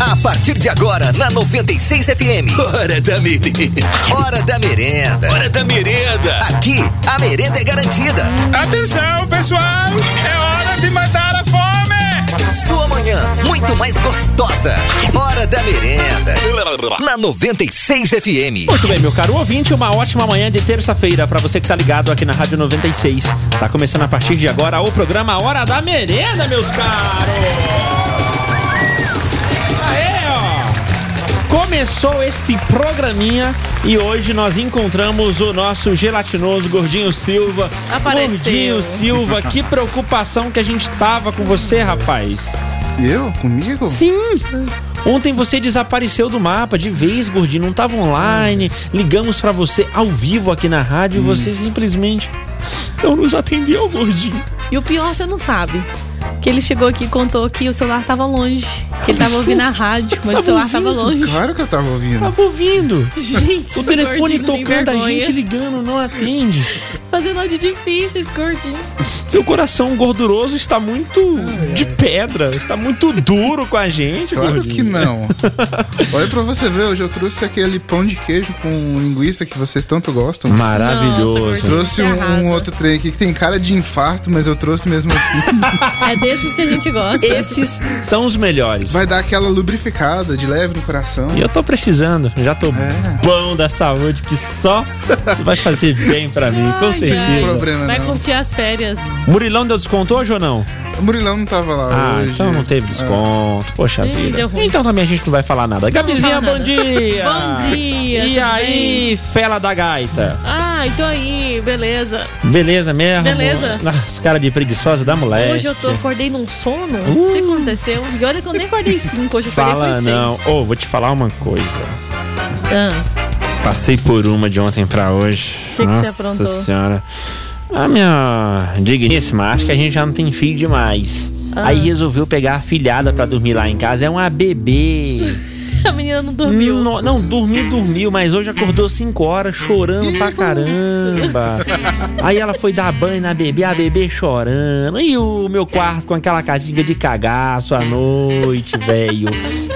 A partir de agora, na 96 FM. Hora da merenda. Hora da merenda. Hora da merenda. Aqui, a merenda é garantida. Atenção, pessoal. É hora de matar a fome. Sua manhã, muito mais gostosa. Hora da merenda. Na 96 FM. Muito bem, meu caro ouvinte. Uma ótima manhã de terça-feira para você que tá ligado aqui na Rádio 96. Tá começando a partir de agora o programa Hora da Merenda, meus caros. Começou este programinha e hoje nós encontramos o nosso gelatinoso Gordinho Silva. Apareceu. Gordinho Silva, que preocupação que a gente tava com você, rapaz. Eu? Comigo? Sim. Ontem você desapareceu do mapa de vez, Gordinho. Não tava online. Ligamos para você ao vivo aqui na rádio hum. e você simplesmente não nos atendeu, Gordinho. E o pior você não sabe que ele chegou aqui e contou que o celular tava longe. Que ele tava ouvindo a rádio, tá mas o celular ouvindo. tava longe. Claro que eu tava ouvindo. Tava ouvindo. Gente, o telefone tocando, a gente ligando, não atende. Fazendo áudio difícil, gordinho. Seu coração gorduroso está muito ai, de ai. pedra, está muito duro com a gente, É. Claro gordinho. que não. Olha pra você ver, hoje eu trouxe aquele pão de queijo com linguiça que vocês tanto gostam. Maravilhoso. Nossa, trouxe um, um, outro trem aqui que tem cara de infarto, mas eu trouxe mesmo assim. É desses que a gente gosta. Esses são os melhores. Vai dar aquela lubrificada de leve no coração. E eu tô precisando, já tô é. bom da saúde, que só isso vai fazer bem pra mim, ai, com certeza. Ai. Problema, vai não. curtir as férias. Murilão deu desconto hoje ou não? O Murilão não tava lá ah, hoje. então não teve desconto. É. Poxa Ih, vida. Então também a gente não vai falar nada. Gabizinha, bom nada. dia! bom dia! Ah, E aí, fela da gaita? Ah, então aí, beleza. Beleza mesmo? Beleza. As cara de preguiçosa da mulher. Hoje eu tô, acordei num sono, uh. não sei o que aconteceu. E olha que eu nem acordei cinco, hoje eu Fala acordei não. Ô, oh, vou te falar uma coisa. Ah. Passei por uma de ontem pra hoje. Que Nossa que você senhora. A minha digníssima, acho que a gente já não tem filho demais. Ah. Aí resolveu pegar a filhada para dormir lá em casa. É uma bebê. a menina não dormiu. Não, não, dormiu, dormiu, mas hoje acordou 5 horas chorando pra caramba. Aí ela foi dar banho na bebê, a bebê chorando. E o meu quarto com aquela casinha de cagaço à noite, velho.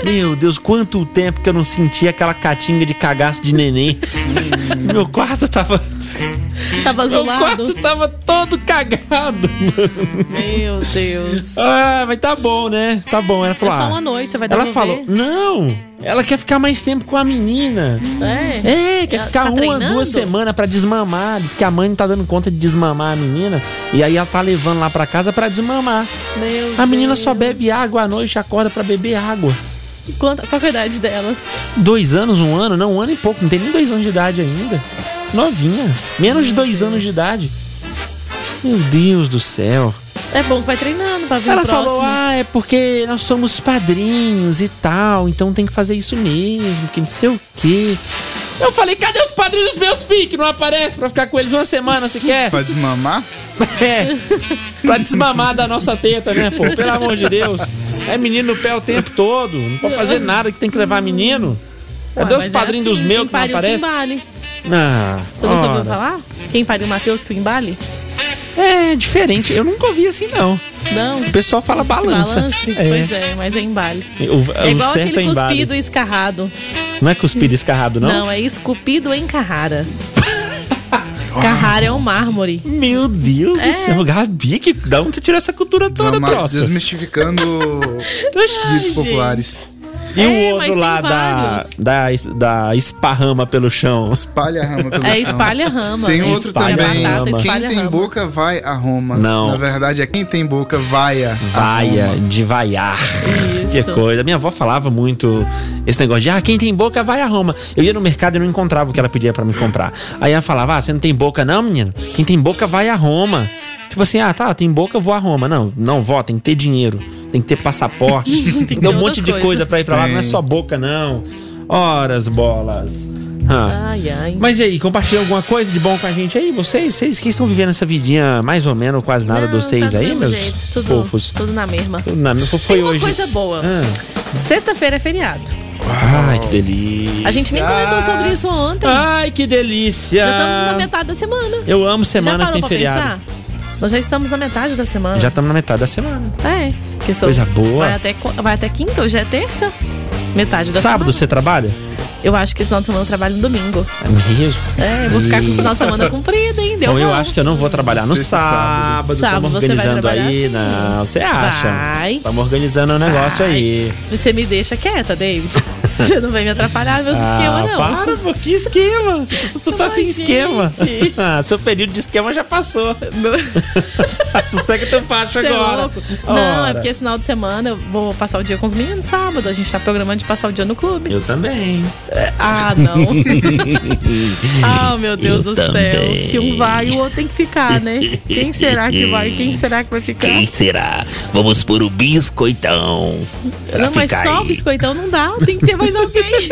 Meu Deus, quanto tempo que eu não senti aquela catinga de cagaço de neném. Hum. meu quarto tava. Tava azulado. Meu quarto tava todo cagado, mano. Meu Deus. Ah, mas tá bom, né? Tá bom. Ela falou. É só uma noite, você vai Ela falou, devolver. não, ela quer ficar mais tempo com a menina. É? É, quer ela ficar tá uma, treinando? duas semanas pra desmamar. Diz que a mãe não tá dando conta de desmamar a menina. E aí ela tá levando lá pra casa pra desmamar. Meu a menina Deus. só bebe água à noite, acorda pra beber água. Quanto, qual é a idade dela? Dois anos, um ano? Não, um ano e pouco. Não tem nem dois anos de idade ainda. Novinha. Menos de dois anos de idade. Meu Deus do céu. É bom que vai treinando pra vir Ela o falou, ah, é porque nós somos padrinhos e tal, então tem que fazer isso mesmo, que não sei o quê. Eu falei, cadê os padrinhos meus filhos que não aparecem pra ficar com eles uma semana sequer? pra desmamar? É, pra desmamar da nossa teta, né, pô? Pelo amor de Deus. É menino no pé o tempo todo, não pode fazer nada que tem que levar menino. Cadê os padrinhos é assim, dos meus que não aparecem? Vale. Ah, Você nunca ouviu falar? Quem pariu o Matheus que o embale? É diferente, eu nunca ouvi assim não. Não. O pessoal fala balança. Balance, é. Pois é, mas é embale. O, é igual aquele é cuspido e escarrado. Não é cuspido e escarrado, não? Não, é esculpido em Carrara. Carrara é um mármore. Meu Deus é. do céu, Gabi, que, da onde você tirou essa cultura toda, Não, troça? Desmistificando ditos populares. E É, o outro mas lá tem da, vários. da, es- da esparrama pelo chão. Espalha a rama pelo É chão. espalha rama. Tem né? outro Espalha também. batata, rama. Quem espalha tem rama. boca vai a Roma. Não. Na verdade, é quem tem boca vai a Vaia, de vaiar. Tá Isso. Que coisa. Minha avó falava muito esse negócio de, ah, quem tem boca vai a Roma. Eu ia no mercado e não encontrava o que ela pedia pra me comprar. Aí ela falava, ah, você não tem boca não, menino? Quem tem boca vai a Roma. Tipo assim, ah, tá, tem boca, eu vou a Roma. Não, não, vó, tem que ter dinheiro. Tem que ter passaporte. tem que ter um outras monte de coisas. coisa pra ir pra lá. Tem. Não é só boca, não. Horas, bolas. Ah. Ai, ai. Mas e aí, compartilha alguma coisa de bom com a gente aí? Vocês, vocês que estão vivendo essa vidinha mais ou menos, quase nada de Não, vocês tá do aí, mesmo meus jeito, tudo, fofos? Tudo na mesma. Tudo Na, minha- foi Tem uma hoje. coisa boa. Ah. Sexta-feira é feriado. Ai, que delícia. A gente nem comentou sobre isso ontem. Ai, que delícia. Já estamos na metade da semana. Ah, é. Eu amo semana já que parou tem pra feriado. pensar? Nós já estamos na metade da semana. Já estamos na metade da semana. É. Que sou- Coisa boa. Vai até, qu- vai até quinta, hoje é terça. Metade da Sábado você semana. trabalha? Eu acho que esse final de semana eu trabalho no domingo. É mesmo? É, eu vou ficar com o final de semana comprido, hein? Deu Bom, eu bom. acho que eu não vou trabalhar no Sexta e sábado. sábado. Estamos Sábado você vai organizando trabalhar aí. sim. Não, você acha? Vai. Estamos organizando um negócio Ai, aí. Você me deixa quieta, David. Você não vai me atrapalhar meus ah, esquemas, não. para, pô, que esquema? Você- Tu, tu- tu tá Ai, sem gente. esquema. Ah, seu período de esquema já passou. Meu- Sossega teu facho Você é agora. louco. Não, Ora. é porque esse final de semana eu vou passar o dia com os meninos sábado. A gente tá programando de passar o dia no clube. Eu também. Ah, não. ah, meu Deus do também. céu. Se um vai, o outro tem que ficar, né? Quem será que vai? Quem será que vai ficar? será? Vamos por o biscoitão. não, mas ficar só o aí. biscoitão não dá. Tem que ter mais alguém.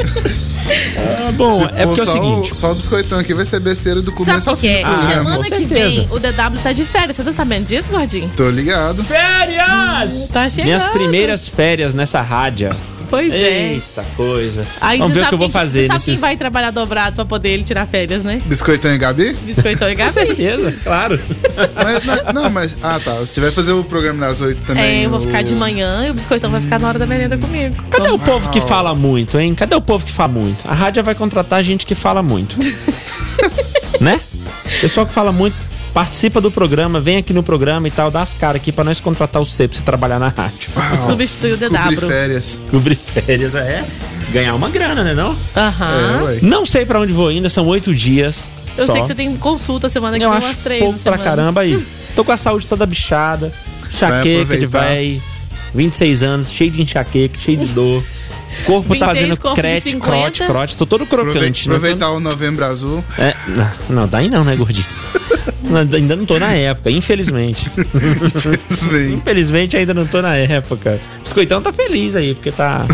Tá bom, Se é porque é for o só seguinte. Só o biscoitão aqui vai ser besteira do Sabe começo por ao fim Ah, quê? do programa. Semana com que certeza. vem, o DW tá de férias. Você tá sabendo disso, Gordinho? Tô ligado. Férias! Tá chegando. Minhas primeiras férias nessa rádio. Pois é. Eita coisa. Aí Vamos você ver o sabe que eu vou quem- fazer Você sabe nesses. quem vai trabalhar dobrado pra poder ele tirar férias, né? Biscoitão e Gabi? Biscoitão e Com Gabi. certeza, claro. Mas, não, não, mas. Ah, tá. Você vai fazer o programa das oito também. né? É, eu vou o- ficar de manhã e o biscoitão vai ficar na hora da merenda comigo. Cadê o Então, povo que fala muito, hein? Cadê o povo que fala muito? A rádio vai contratar gente que fala muito. né? Pessoal que fala muito, participa do programa, vem aqui no programa e tal, dá as caras aqui pra nós contratar você pra você trabalhar na rádio. Uau, Substitui o cobrir DW. férias. Cobrir férias, é? Ganhar uma grana, né não? É, Aham. ué. Não sei pra onde vou ainda, são oito dias. Eu só. sei que você tem consulta semana que Eu vem, acho umas três. pouco na pra semana. caramba aí. Tô com a saúde toda bichada, enxaqueca de aproveitar. véi, 26 anos, cheio de enxaqueca, cheio de dor. Corpo tá 26, fazendo corpo de crete, 50. crote, crote. Tô todo crocante, né? Tô- Aproveitar o novembro azul. É, não, não, daí não, né, gordinho? Não, ainda não tô na época, infelizmente. Bem, Infelizmente ainda não tô na época. O biscoitão tá feliz aí, porque tá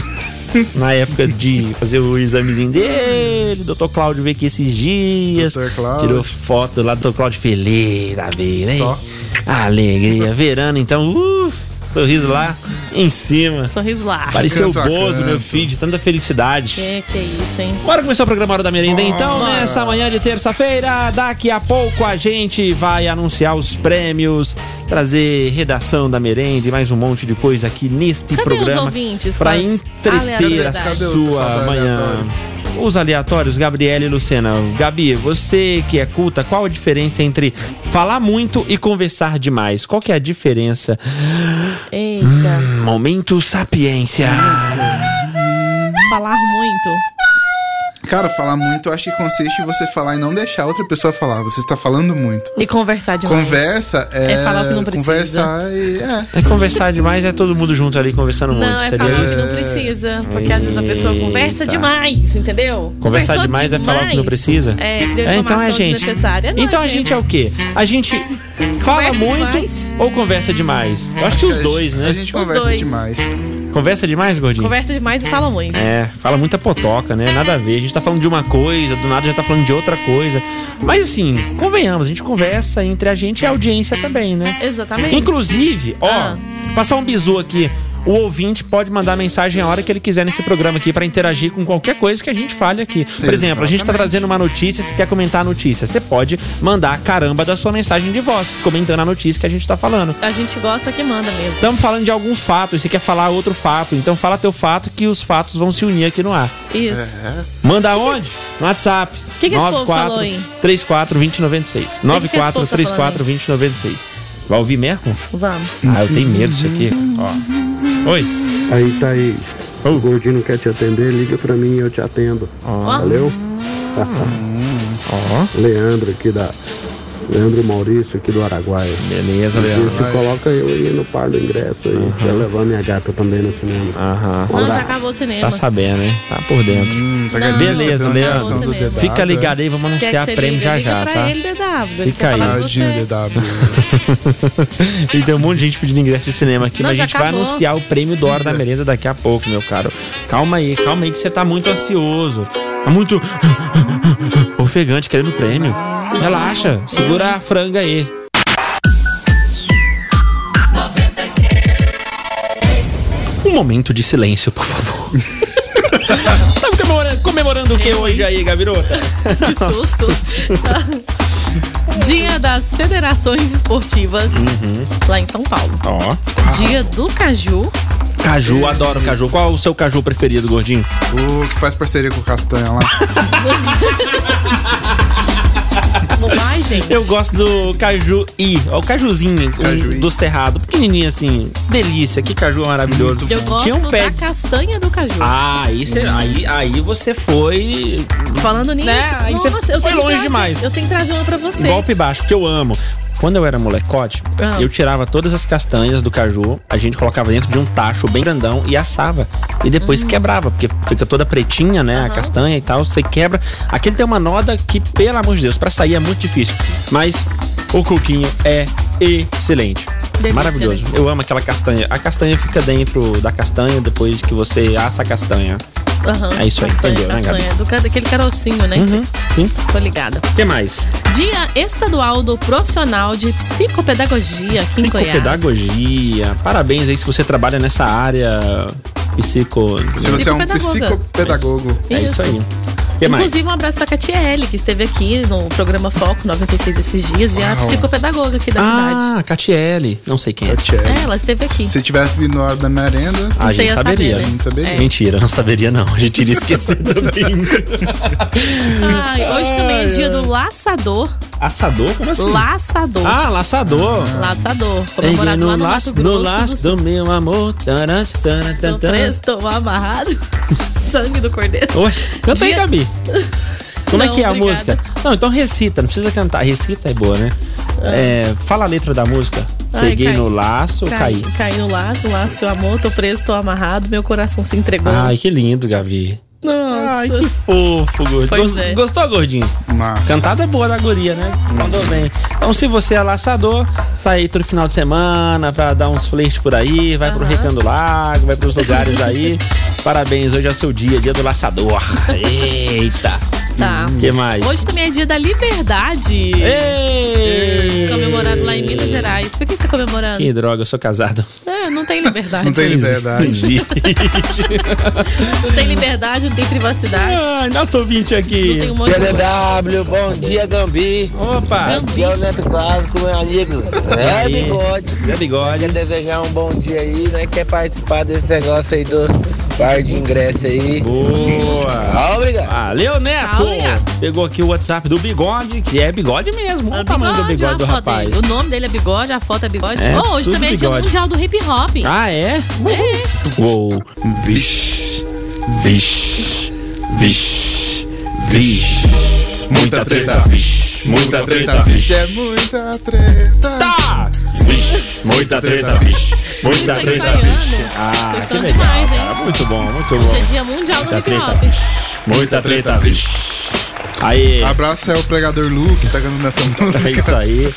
na época de fazer o examezinho dele. Doutor Cláudio veio aqui esses dias. Dr. Cláudio. Tirou foto lá do Dr. Cláudio feliz da vida, hein? Só. Alegria. Verano, então, uh, sorriso lá em cima. Sorriso lá. Pareceu o Canto a Bozo, canto. meu filho, de tanta felicidade. É, que isso, hein? Bora começar o programa Hora da Merenda então, Bora. nessa manhã de terça-feira. Daqui a pouco a gente vai anunciar os prêmios, trazer redação da merenda e mais um monte de coisa aqui neste Cadê os programa ouvintes? para com as entreter a aleatoriedades? Cadê o sua pessoal do manhã. aleatório? Os aleatórios, Gabriela e Lucena. Gabi, você que é culta, qual a diferença entre falar muito e conversar demais? Qual que é a diferença? Eita, Momento sapiência. falar muito. Cara, falar muito, eu acho que consiste em você falar e não deixar a outra pessoa falar. Você está falando muito. E conversar demais. Conversa é. É falar o que não precisa. Conversar e. É. É conversar demais, é todo mundo junto ali conversando muito. Não, é seria falar isso? que não precisa. Porque às vezes a pessoa conversa Eita. demais, entendeu? Conversar Conversou demais, é falar o que não precisa? É, que deu É, então é informação gente. desnecessária. Não, então a gente é o quê? A gente fala Conversa muito demais? ou conversa demais? Eu acho que os dois, né? A gente conversa dois. demais. Conversa demais, gordinho? Conversa demais e fala muito. É, fala muita potoca, né? Nada a ver. A gente tá falando de uma coisa, do nada já tá falando de outra coisa. Mas assim, convenhamos, a gente conversa entre a gente e a audiência também, né? Exatamente. Inclusive, ó, Ah. passar um bizu aqui. O ouvinte pode mandar mensagem a hora que ele quiser nesse programa aqui pra interagir com qualquer coisa que a gente fale aqui. Por exemplo, a gente tá Exatamente. trazendo uma notícia, você quer comentar a notícia, você pode mandar a caramba da sua mensagem de voz, comentando a notícia que a gente tá falando. A gente gosta que manda mesmo. Estamos falando de algum fato e você quer falar outro fato, então fala teu fato que os fatos vão se unir aqui no ar. Isso. É, Manda onde? No WhatsApp. Que que esse povo falou aí? 34 2096. que que esse povo tá 9434 2096. Vai ouvir mesmo? Vamos. Ah, eu tenho medo disso aqui. Ó. Oi. Aí tá aí. O gordinho não quer te atender, liga pra mim e eu te atendo. Ó. Valeu? Leandro aqui da. Leandro Maurício aqui do Araguaia. Beleza, Leandro. Isso, coloca eu aí no par do ingresso aí. Quer levar minha gata também no cinema. Aham. Não, já acabou o cinema. Tá sabendo, hein? Tá por dentro. Hum, tá Não, agradecido beleza, pela Leandro. ligação do DW, Fica né? ligado aí, vamos Quer anunciar que você prêmio liga, já liga já, pra tá? ele, DW. Ele Fica quer aí. falar com Tadinho, você. DW. E tem um monte de gente pedindo ingresso de cinema aqui, Não, mas a já gente vai acabou. anunciar o prêmio do Hora da Merenda daqui a pouco, meu caro. Calma aí, calma aí que você tá muito ansioso. Tá muito ofegante querendo o prêmio. Relaxa, segura a franga aí. Um momento de silêncio, por favor. tá comemorando, comemorando o que hoje aí, Gabirota? Que susto. Dia das Uhum. Federações Esportivas lá em São Paulo. Ó, Dia do Caju. Caju, adoro caju. Qual o seu caju preferido, gordinho? O que faz parceria com o Castanha lá. Bobagem. Ah, Eu gosto do caju I, ó, o cajuzinho o Caju I. do Cerrado. Pequenininho assim, delícia, que caju maravilhoso. Eu gosto Tinha um pé. da castanha do caju. Ah, aí você, aí, aí você foi Falando nisso, Né? Aí você foi tenho que longe trazer- demais. Eu tenho que trazer uma pra você. golpe baixo, porque eu amo. Quando eu era molecote, Ah. eu tirava todas as castanhas do caju, a gente colocava dentro de um tacho bem grandão e assava. E depois Hum. quebrava, porque fica toda pretinha, né? A castanha e tal, você quebra. Aquele tem uma noda que, pelo amor de Deus, pra sair é muito difícil. Mas o coquinho é excelente. Delícia, Maravilhoso. né? Eu amo aquela castanha. A castanha fica dentro da castanha depois que você assa a castanha. Aham, É isso aí, castanha, entendeu, né, Gabi? castanha, do ca- daquele carocinho, né? Uhum, sim. Tô ligada. O que mais? Dia Estadual do Profissional de Psicopedagogia aqui em Goiás. Psicopedagogia. Parabéns aí se você trabalha nessa área psico. Se você é um Tipo Psicopedagoga. psicopedagogo. É isso aí. O que mais? Inclusive, um abraço pra Catiele, que esteve aqui no programa Foco 96 esses dias e é a Uau. psicopedagoga aqui da Ah, Catiele. Não sei quem é. cidade. Tchê. É, ela esteve aqui. Se tivesse vindo na hora da merenda, A Você gente ia saber, saberia. né? a gente saberia. Mentira, não saberia não. A gente iria esquecer também. Ai, hoje também é dia do laçador. Assador? Como assim? Laçador. Ah, laçador. Laçador. Peguei Comemorado no lá no laço, Mato no Grosso laço do Sul. do meu amor. Taran, taran, Não taran, taran. prestou amarrado. Sangue do cordeiro. Oi, canta aí, Dia- Gabi. Como é Não, que é a obrigada. música? Não, então recita, não precisa cantar. Recita é boa, né? É, fala a letra da música. Ah. Ai, Peguei cai. no laço, Caí, caí. caí no laço, laço, seu amor, tô preso, tô amarrado, meu coração se entregou. Ai, que lindo, Gavi. Nossa. Ai, que fofo, gordinho. Pois Gos- é. Gostou, gordinho? Massa. Cantada boa da guria, né? Mandou bem. Então, se você é laçador, sai aí todo final de semana pra dar uns flechos por aí, vai pro Recanto do Lago, vai pros lugares aí. Parabéns, hoje é o seu dia, dia do laçador. Eita! Tá. que mais? Hoje também é dia da liberdade. Ei! Comemorado lá em Minas Gerais. Por que você tá comemorando? Que droga, eu sou casado. É, não tem liberdade. Não tem é. liberdade. Não tem liberdade, não tem privacidade. Ai, nosso Ah, ouvinte Não aqui. tem um monte de coisa. bom dia Gambi. Opa! Gambi. Aqui é o Neto Claro com meu amigo Aí. É Bigode. Zé Bigode. Quer desejar um bom dia aí, né? Quer participar desse negócio aí do par de ingresso aí. Boa! Ah, obrigado. Valeu, Neto! Tchau, Neto. Pegou aqui o WhatsApp do Bigode, que é Bigode mesmo. Olha É o tamanho do a bigode do foto rapaz. dele. O nome dele é bigode, a foto é bigode. É, Oh, hoje tudo também é dia bigode. mundial do hip hop. Ah, é? Uou! Vixe. Vish! Vish! Vish! Muita treta. Vish! Muita treta, vixe. É muita treta. Tá! Vish! Muita treta, vish! Muita Tá ensaiando. Ah, que Gostando legal. demais, hein? cara. Muito bom, muito Hoje é bom. dia mundial do Muita hip treta, hop. Muita treta, vish! Aí! Abraço é o pregador Lu que tá cantando essa É música. isso aí.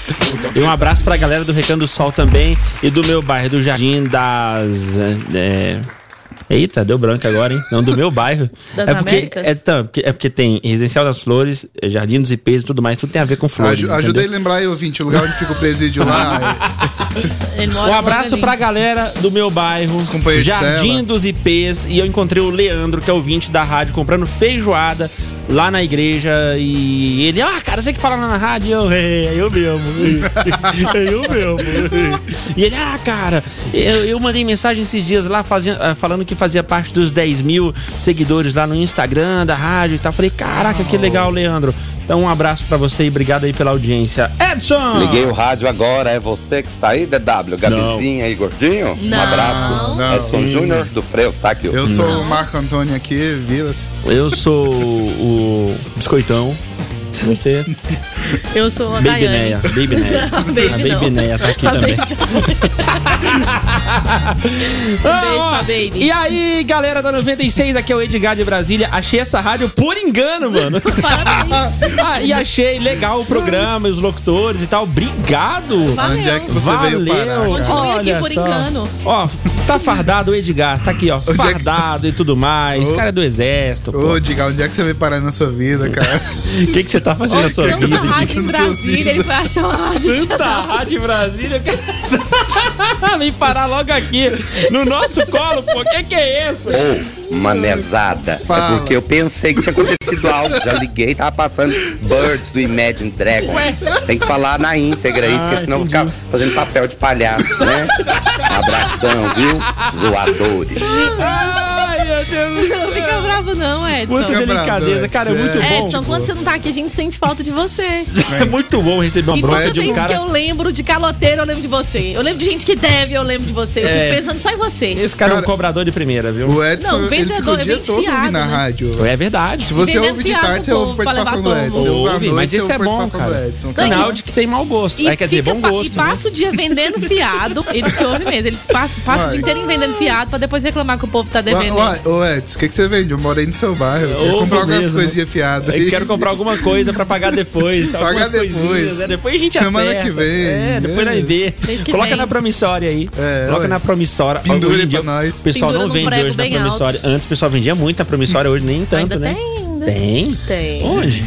E um abraço pra galera do Recanto do Sol também e do meu bairro, do Jardim das. é, Eita, deu branco agora, hein? Não, do meu bairro. Das é, porque, Américas? é, tá, porque, é porque tem Residencial das Flores, é, Jardim dos Ipês e tudo mais, tudo tem a ver com flores. Aju ajuda ele entendeu? a lembrar aí, ouvinte, o lugar onde fica o presídio lá. Ele mora Um em abraço Montevideo. pra galera do meu bairro, companheiros de Jardim cela. dos IPs, e eu encontrei o Leandro, que é ouvinte da rádio, comprando feijoada lá na igreja. E ele, ah, cara, você que fala lá na rádio? Eu, é, eu mesmo. É, eu mesmo. E ele, ah, cara, eu, eu mandei mensagem esses dias lá fazia- ah, falando que fazia parte dos 10 mil seguidores lá no Instagram da rádio e tal. Falei, caraca, que legal, Leandro. Então, um abraço pra você e obrigado aí pela audiência. Edson! Liguei o rádio agora, é você que está aí, DW, Gabizinha e Gordinho? Não. Um abraço. Ah, Não. É Edson Júnior do Freus, tá aqui. Eu sou o Marco Antônio aqui, Vilas. Eu sou o Biscoitão. Você, Eu sou a Baby Daiane. Neia. Baby Neia. A Baby, A Baby não. Neia tá aqui A também. Baby não. Ah, Um beijo pra Baby. E aí, galera da 96, aqui é o Edgar de Brasília. Achei essa rádio por engano, mano. Parabéns. Ah, e achei legal o programa, os locutores e tal. Obrigado. Valeu. Onde é que você Valeu. é veio parar? cara? Continue aqui Olha por só. engano. Ó, tá fardado o Edgar, tá aqui, ó, é que- fardado e tudo mais. Ô. Cara é do exército, Ô, pô. Diga, onde é que você veio parar na sua vida, cara? O que que você tá fazendo é na sua Tanta vida? um rádio em Diga. Brasília, ele foi achar uma rádio. Tanta rádio em Brasília, cara. Vem parar logo aqui, no nosso colo, pô. Que que é isso? Ô, manezada. Fala. É porque eu pensei que tinha acontecido algo. Já liguei, tava passando Birds do Imagine Dragons. Tem que falar na íntegra aí, Ah, porque senão entendi. fica fazendo papel de palhaço, né? Abração, viu? Zoadores. Ai, meu Deus do Não fica bravo, não, Quanta Edson. bravo, delicadeza, cara, é muito Edson. bom. Edson, quando você não tá aqui, a gente sente falta de você. É muito bom receber uma E bronca toda de vez um que cara. eu lembro de caloteiro, eu lembro de você. Eu lembro de gente que deve, eu lembro de você. Eu É. fico pensando só em você. Esse cara, é um Cara- cobrador de primeira, viu? O Edson, Não, ele fica vendedor, o é dia bem todo fiado, ouvindo na né? rádio. É verdade. Se você Vendendo ouve de fiado tarde, você pro ouve povo, pra participação do levar Edson. povo. Você ouve à Ouve, mas noite, isso você é ouve bom, participação cara. do Edson. Sinal de que tem mau gosto. Aí, é, quer dizer, fica bom pa- gosto. né? e passa o dia vendendo fiado. Eles que ouvem mesmo. Eles passam, passam o Vai. dia inteiro vendendo fiado pra depois reclamar que o povo tá devendo. Ué, Ô, Edson, o que, que você vende? Eu moro aí no seu bairro. Eu quero Ovo comprar algumas mesmo. né? coisinhas fiadas. Eu quero comprar alguma coisa pra pagar depois. Pagar algumas depois. coisinhas. Né? Depois a gente Semana acerta. que vem. É, depois É. nós vê. Mês que Coloca vem. na promissória aí. É, Coloca ué. na promissória. Pendura Hoje em pra dia, nós. O pessoal Pendura não num vende prego hoje na bem promissória. Antes o pessoal vendia muito na promissória, hoje nem tanto, Ainda né? tem, ainda. Tem. Tem. Onde?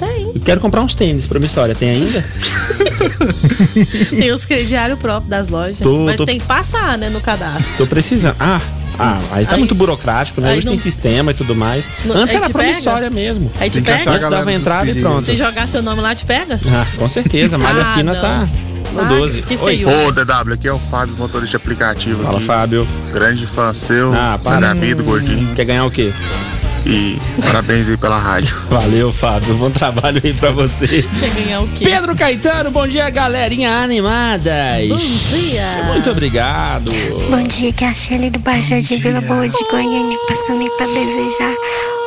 Tem. Eu quero comprar uns tênis promissória. Tem ainda? Tem os crediários próprios das lojas. Tô- mas tô- tem que passar, né, no cadastro. Tô precisando. Ah, ah aí tá Aí- muito burocurático, né? aí Hoje não- tem sistema e tudo mais. Não- Antes aí era te pega? promissória mesmo. Aí te Tem que achar pega. a Antes dava galera dos entrada e perigos. pronto. Se jogar seu nome lá, te pega? Ah, com certeza. A malha Ah, fina não. tá no Ah, 12. Que Oi. feio. DW, aqui é o Fábio, motorista aplicativo. Fala, Fábio. Grande fã seu, Ah, para. gordinho. Quer ganhar o quê? E parabéns aí pela rádio. Valeu, Fábio. Bom trabalho aí pra você. Quer ganhar o quê? Pedro Caetano, bom dia, galerinha animadas. Bom dia. Muito obrigado. Bom dia, que é a Shelly do Baixão de Vila Boa de Goiânia, passando aí para desejar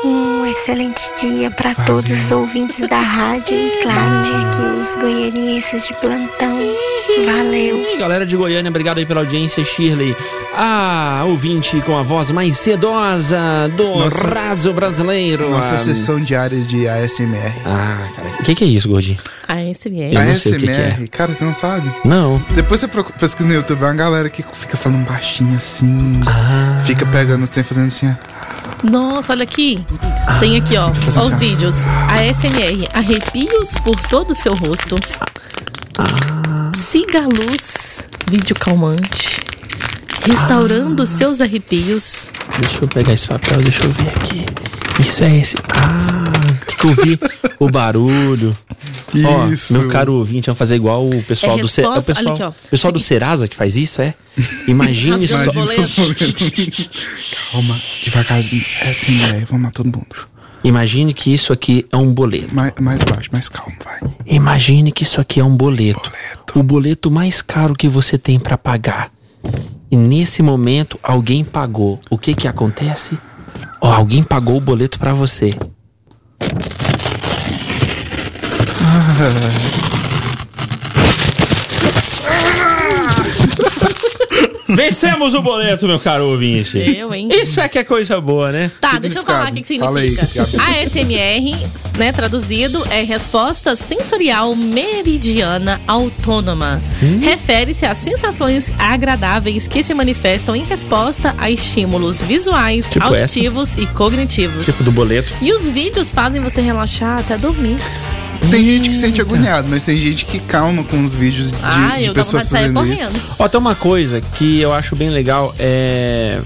um excelente dia para todos os ouvintes da rádio e, claro, né, que os goianienses de plantão. Valeu! E aí, galera de Goiânia, obrigado aí pela audiência, Shirley. A ouvinte com a voz mais sedosa do Nossa. rádio brasileiro. Nossa Ah, sessão diária de ASMR. Ah, cara, o que, que é isso, gordinho? A SMR. Eu não sei o que que é. ASMR, cara, você não sabe? Não. Depois você procu- pesquisa no YouTube, é uma galera que fica falando baixinho assim. Ah. Fica pegando os trem fazendo assim, ó. Nossa, olha aqui. Tem aqui, ó. Ó os vídeos. A SMR. Arrepios por todo o seu rosto. Siga a luz. Vídeo calmante. Restaurando seus arrepios. Deixa eu pegar esse papel, deixa eu ver aqui. Isso é esse. Ah, tem que ouvir o barulho. Isso. Ó, meu caro ouvinte, vamos fazer igual o pessoal É do Serasa. resposta- pessoal, olha aqui, ó. pessoal do Serasa que faz isso, é? Imagine isso. Rasgando Imagina boleto. só falando. Calma, devagarzinho. ASMR, vamos lá todo mundo. Imagine que isso aqui é um boleto. Mais, mais baixo, mais calmo, vai. Imagine que isso aqui é um boleto. Boleto. O boleto mais caro que você tem pra pagar. E nesse momento alguém pagou. O que que acontece? Ó, alguém pagou o boleto pra você. Vencemos o boleto, meu caro ouvinte. Eu, hein? Isso é que é coisa boa, né? Tá, deixa eu falar o que que Fala aí, significa. A SMR, né, traduzido, é resposta sensorial meridiana autônoma. Hum? Refere-se às sensações agradáveis que se manifestam em resposta a estímulos visuais, Tipo essa. auditivos e cognitivos. Tipo do boleto. E os vídeos fazem você relaxar até dormir. Tem gente que sente agoniado, mas tem gente que calma com os vídeos de, ah, de eu tava pessoas vontade de sair fazendo isso. correndo. Ó, tem uma coisa que eu acho bem legal, é.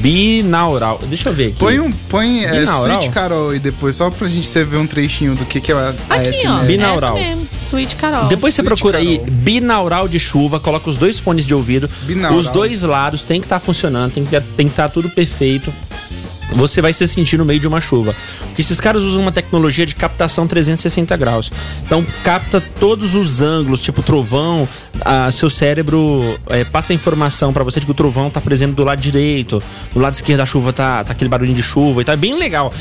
Binaural. Deixa eu ver aqui. Põe um, põe é, Binaural? Sweet Carol e depois, só pra gente você ver um trechinho do que, que é a Aqui, ó. É ASMR. Binaural. Essa mesmo, Suíte Carol. Depois você Switch, procura aí Carol. binaural de chuva, coloca os dois fones de ouvido. Binaural. Os dois lados tem que estar funcionando, tem que tá- tem que estar tudo perfeito. Você vai se sentir no meio de uma chuva. Porque esses caras usam uma tecnologia de captação 360 graus. Então capta todos os ângulos, tipo trovão. ah, seu cérebro eh, passa a informação pra você de que o trovão tá presente do lado direito, do lado esquerdo da chuva tá, tá aquele barulhinho de chuva e tá bem legal.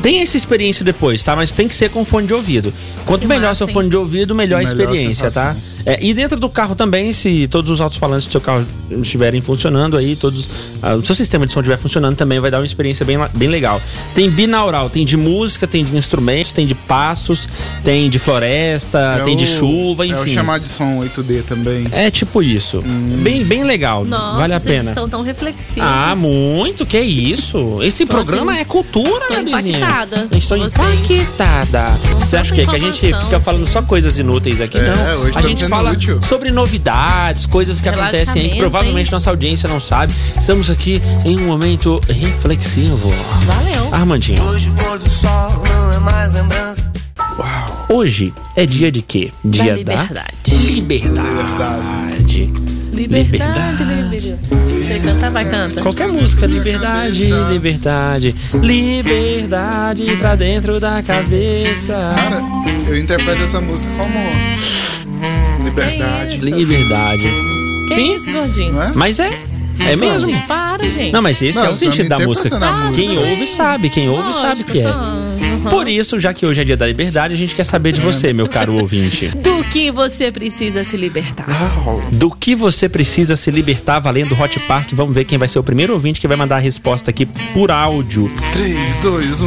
Tem essa experiência depois, tá? Mas tem que ser com fone de ouvido. Quanto Que melhor massa, seu hein? fone de ouvido, melhor a Melhor a experiência, tá? É, e dentro do carro também, se todos os alto-falantes do seu carro estiverem funcionando aí, todos ah, o seu sistema de som estiver funcionando também, vai dar uma experiência bem, la- bem legal. Tem binaural, tem de música, tem de instrumentos, tem de passos, tem de floresta, É tem de o- chuva, É o enfim. chamado Hum. de som 8D também. É tipo isso. Bem, bem legal. Nossa, vale a vocês pena. estão tão reflexivos. Ah, muito, que isso? Esse programa assim, é cultura, tô Gabizinha. impactada. Estou Vocês. tá impactada. Não Você acha tanta que, é que a gente informação, fica falando só coisas inúteis aqui? É, não. hoje a estamos gente sendo fala útil. sobre novidades, coisas que acontecem aí que Relaxamento, provavelmente hein? nossa audiência não sabe. Estamos aqui em um momento reflexivo. Valeu. Armandinho. Hoje o pôr do sol não é mais lembrança. Hoje é dia de quê? Dia da liberdade. liberdade. Liberdade, liberdade. Você canta, vai, canta. Qualquer música, liberdade, liberdade, liberdade pra dentro da cabeça. Cara, eu interpreto essa música como liberdade. Que isso? Liberdade. Que Sim. isso, gordinho? Não é? Mas é, assim? Então, é mesmo. Gordinho, para, gente. Não, mas esse Não, é o sentido tá da me música. interpretando a Quem música. ouve sabe, quem ouve Lógico, sabe que é. só- Uhum. Por isso, já que hoje é dia da liberdade, a gente quer saber de você, meu caro ouvinte. Do que você precisa se libertar? Uau. Do que você precisa se libertar valendo Hot Park? Vamos ver quem vai ser o primeiro ouvinte que vai mandar a resposta aqui por áudio, 3, 2, 1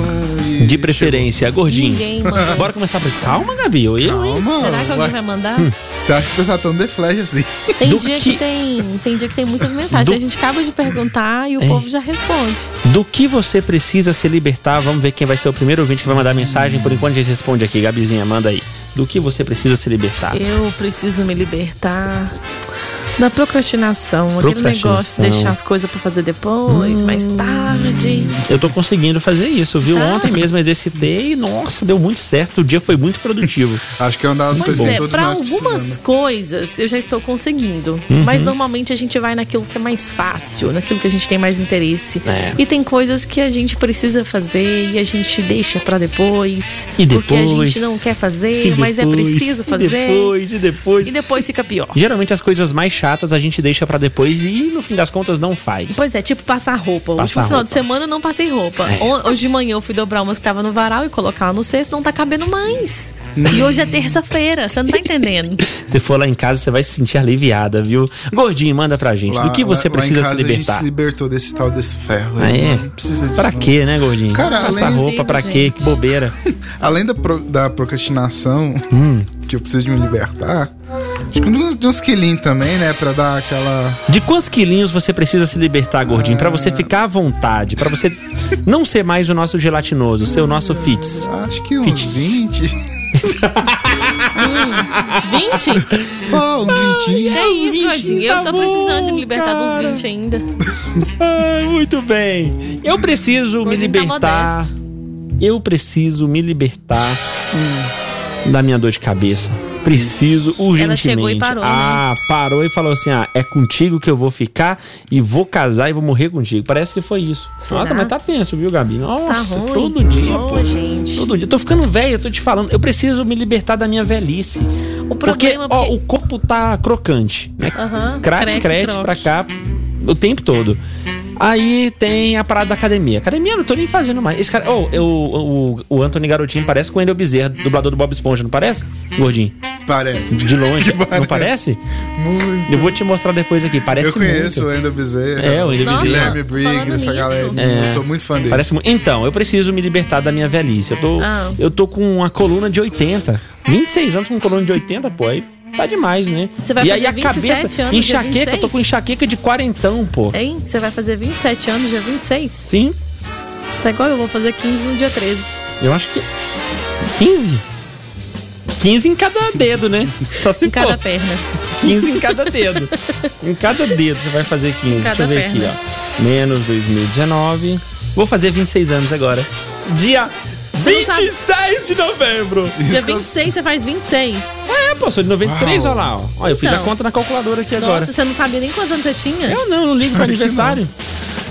e. de preferência, gordinho. Ninguém, mano. Bora começar por. Calma, Gabi. Eu, eu, hein? Calma. Será que alguém ué. vai mandar? Você acha que o pessoal tá no The Flash assim? Tem Hum. Do dia que... que- tem, tem dia que tem muitas mensagens. Do- A gente acaba de perguntar e o É. povo já responde. Do que você precisa se libertar? Vamos ver quem vai ser o primeiro ouvinte que vai mandar mensagem. Por enquanto a gente responde aqui, Gabizinha, manda aí. Do que você precisa se libertar? Eu preciso me libertar da procrastinação, aquele Procrastinação. negócio de deixar as coisas pra fazer depois, mais tarde. Eu tô conseguindo fazer isso, viu? Ah. Ontem mesmo exercitei e, nossa, deu muito certo. O dia foi muito produtivo. Acho que é uma das Pois coisas que é, todos pra nós algumas precisamos. coisas eu já estou conseguindo. Uhum. Mas normalmente a gente vai naquilo que é mais fácil, naquilo que a gente tem mais interesse. É. E tem coisas que a gente precisa fazer e a gente deixa pra depois. E Porque a gente depois? não quer fazer, E mas é depois, preciso fazer. E depois, e depois. e depois fica pior. Geralmente as coisas mais chatas a gente deixa pra depois e, no fim das contas, não faz. Pois é, tipo passar roupa. O Passar último final roupa. É. de semana eu não passei roupa. Ho- Hoje de manhã eu fui dobrar umas que tava no varal e colocar ela no cesto, não tá cabendo mais. E hoje é terça-feira, você não tá entendendo. Se for lá em casa, você vai se sentir aliviada, viu? Gordinho, manda pra gente. Lá- Do que você lá- lá em precisa se casa A gente libertar? se libertou desse tal desse ferro. Ah, é? Não precisa disso. Pra não. quê, né, gordinho? Cara, Essa além- roupa, pra Gente. quê? Que bobeira. Além da, pro- da procrastinação, Hum. que eu preciso de me libertar, acho que de uns quilinhos também, né? Pra dar aquela. De quantos quilinhos você precisa se libertar, gordinho? Pra você ficar à vontade, pra você não ser mais o nosso gelatinoso, ser o nosso fits. Acho que uns Fit. 20. 20? Só uns 20. Que uns isso, 20, gordinho? tá Eu tô bom, precisando de me libertar cara. dos 20 ainda. Ai, Ah, muito bem. Eu preciso me Gordinho tá libertar. Eu preciso me libertar hum, da minha dor de cabeça. Preciso urgentemente. chegou e parou, né? ah, parou e falou assim: ah, é contigo que eu vou ficar e vou casar e vou morrer contigo. Parece que foi isso. Será? Nossa, mas tá tenso, viu, Gabi? Nossa, Tá ruim. todo dia, Ô, pô. gente. Todo dia. Eu tô ficando velho, eu tô te falando. Eu preciso me libertar da minha velhice. O Porque, problema ó, é porque... o corpo tá crocante. né? Aham, crate, creque, crete croque. pra cá o tempo todo. Aí tem a parada da academia. Academia eu não tô nem fazendo mais. Esse cara, oh, eu, o, o Anthony Garotinho parece com o Wendel Bezerra, dublador do Bob Esponja, não parece? Gordinho, Parece. de longe. Que Não parece? Muito. Eu vou te mostrar depois aqui, parece eu conheço muito. o Endo Bezerra. É, o Wendel Nossa. Bezerra. É. Guilherme Briggs, falando essa nisso. galera. Eu sou muito fã dele. Parece muito. Então, eu preciso me libertar da minha velhice. Eu tô, Ah. eu tô com uma coluna de 80. 26 anos com coluna de 80, pô. Aí tá demais, né? Você vai e aí fazer a 27 cabeça, anos, dia enxaqueca, eu tô 26? com enxaqueca de quarentão, pô. Hein? Você vai fazer 27 anos, dia 26? Sim, Tá igual eu vou fazer 15 no dia 13. eu acho que 15. 15 em cada dedo, né? Só se Em cada for. perna. 15 em cada dedo. em cada dedo você vai fazer 15. Deixa cada eu ver perna. aqui, ó. Menos 2019. Vou fazer 26 anos agora. Dia não sabe. 26 de novembro. Dia Isso que eu- 26, você faz 26. É, pô, sou de 93, olha lá, ó. Ó, eu fiz Então. a conta na calculadora aqui agora. Nossa, você não sabia nem quantos anos você tinha? Eu não, não ligo pro aniversário.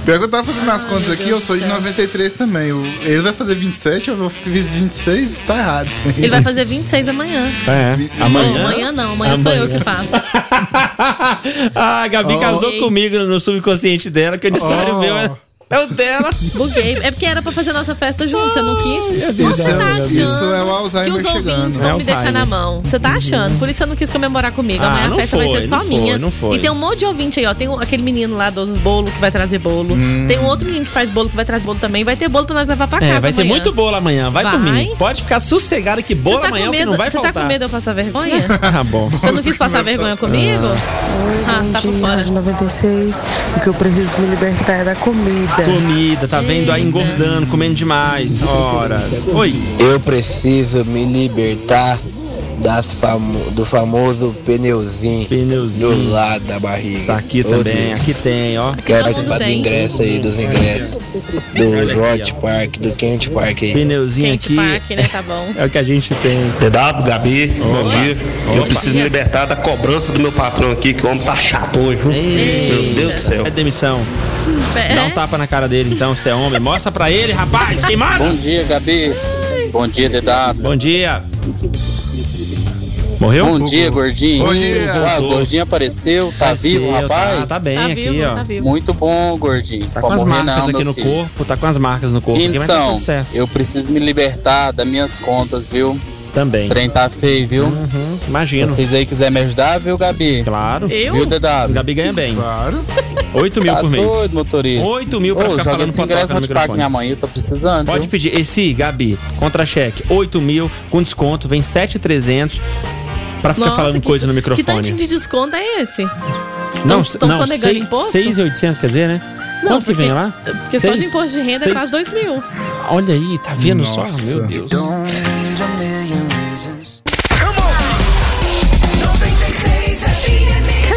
Pior que eu tava fazendo as contas meu aqui, Deus eu sou do de céu. 93 também. Eu- ele vai fazer 27, eu vou fazer 26, tá errado. isso aí. Ele vai fazer 26 amanhã. É, Não, amanhã. amanhã não, amanhã, sou eu que faço. ah, a Gabi casou Ok. comigo no subconsciente dela, que o aniversário Oh. meu é, é o dela. Buguei. É porque era pra fazer nossa festa junto, você não quis. Ah, Isso, Você tá achando isso é o Alzheimer que os ouvintes chegando. Uhum. vão É me deixar Alzheimer. na mão. Você tá achando, por isso você não quis comemorar comigo. Ah, Amanhã a não festa vai foi, ser só não foi, minha. não foi. E tem um monte de ouvinte aí, ó. Tem o- aquele menino lá dos bolos que vai trazer bolo. Hum. Tem um outro menino que faz bolo que vai trazer bolo também. Vai ter bolo pra nós levar pra casa É, vai ter amanhã. muito bolo amanhã, vai, por Vai. mim. Pode ficar sossegado que Você bolo tá amanhã com é o que medo, não vai você faltar. tá com medo de eu passar vergonha? Tá bom. Você não quis passar vergonha comigo? Ah, tá por fora. 96, o que eu preciso me libertar é da comida. Comida, tá vendo? Aí engordando, comendo demais. Horas. Oi. Eu preciso me libertar das famo- do famoso pneuzinho, pneuzinho do lado da barriga. Tá aqui Ô, também, Deus. aqui tem, ó. Quero Tá participar do ingresso aí, dos ingressos. Olha Do aqui, Hot Park, do Kent Park aí. Pneuzinho Gente, aqui. parque, né? Tá bom. É o que a gente tem. DW, Gabi, bom dia. Eu Opa. preciso me libertar da cobrança do meu patrão aqui, que o homem tá chato hoje. viu? Meu Deus do céu. É demissão. Dá É? um tapa na cara dele, então, se é homem. Mostra pra ele, rapaz, quem manda? Bom dia, Gabi. Bom dia, DW. Bom dia. Morreu? Bom dia, gordinho. Bom dia. Ah, o Voltou. gordinho apareceu, tá Apareceu, vivo, rapaz? É. tá- tá bem Tá aqui, vivo, ó. tá vivo. Muito bom, gordinho. Tá com as marcas aqui no corpo, tá com as marcas no corpo aqui, mas tá Então, tudo certo. eu preciso me libertar das minhas contas, viu? Também. O trem tá feio, viu? Hum, imagino. Se vocês aí quiserem me ajudar, viu, Gabi? Claro. Eu? Viu, DW? Gabi ganha bem. Claro. 8 mil Tá por mês. doido, motorista. 8 mil pra Ô, ficar joga falando esse fofoca ingresso no no Hot Park, microfone. minha mãe, eu tô precisando. Pode viu? pedir. Esse, Gabi, contra-cheque, 8 mil, com desconto, vem 7,300 pra ficar Nossa, falando que- coisa no Que microfone. tantinho de desconto é esse? não, tão- tão não, sonegando seis- imposto? 6,800, quer dizer, né? Não, Quanto que porque- vem lá? Porque só de Seis- imposto de renda é seis- quase 2 mil. Olha aí, tá vendo Nossa. Então- só? Meu Deus.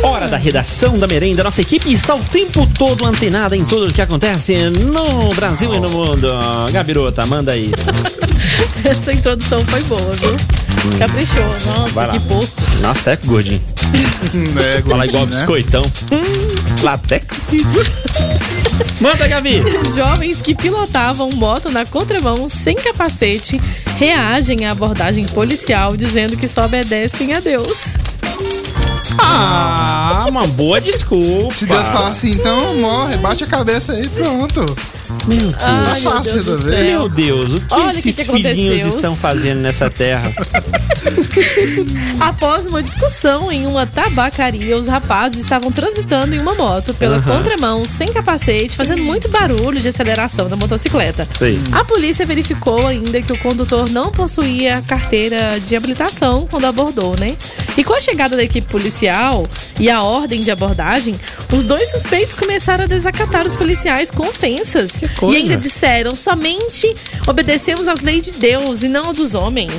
Hora da redação da merenda. Nossa equipe está o tempo todo antenada em tudo o que acontece no Brasil e no mundo. Gabirota, manda aí. Essa introdução foi boa, viu? Caprichou. Hum. Vai Nossa, lá. que pouco. Nossa, é gordinho. É, Fala igual né? biscoitão. Hum, Latex. Manda, Gabi. Jovens que pilotavam moto na contramão sem capacete reagem à abordagem policial dizendo que só obedecem a Deus. Ah, uma boa desculpa. Se Deus falar assim, então morre, bate a cabeça aí, pronto. Meu Deus. Ai, meu é fácil Deus do resolver. céu. Meu Deus, o que Olha o que esses que aconteceu. filhinhos estão fazendo nessa terra? Após uma discussão em uma tabacaria, os rapazes estavam transitando em uma moto pela Aham. contramão, sem capacete, fazendo muito barulho de aceleração da motocicleta. Sei. A polícia verificou ainda que o condutor não possuía carteira de habilitação quando abordou, né? E com a chegada da equipe policial e a ordem de abordagem, os dois suspeitos começaram a desacatar os policiais com ofensas. coisa. E ainda disseram: somente obedecemos às leis de Deus e não ao dos homens.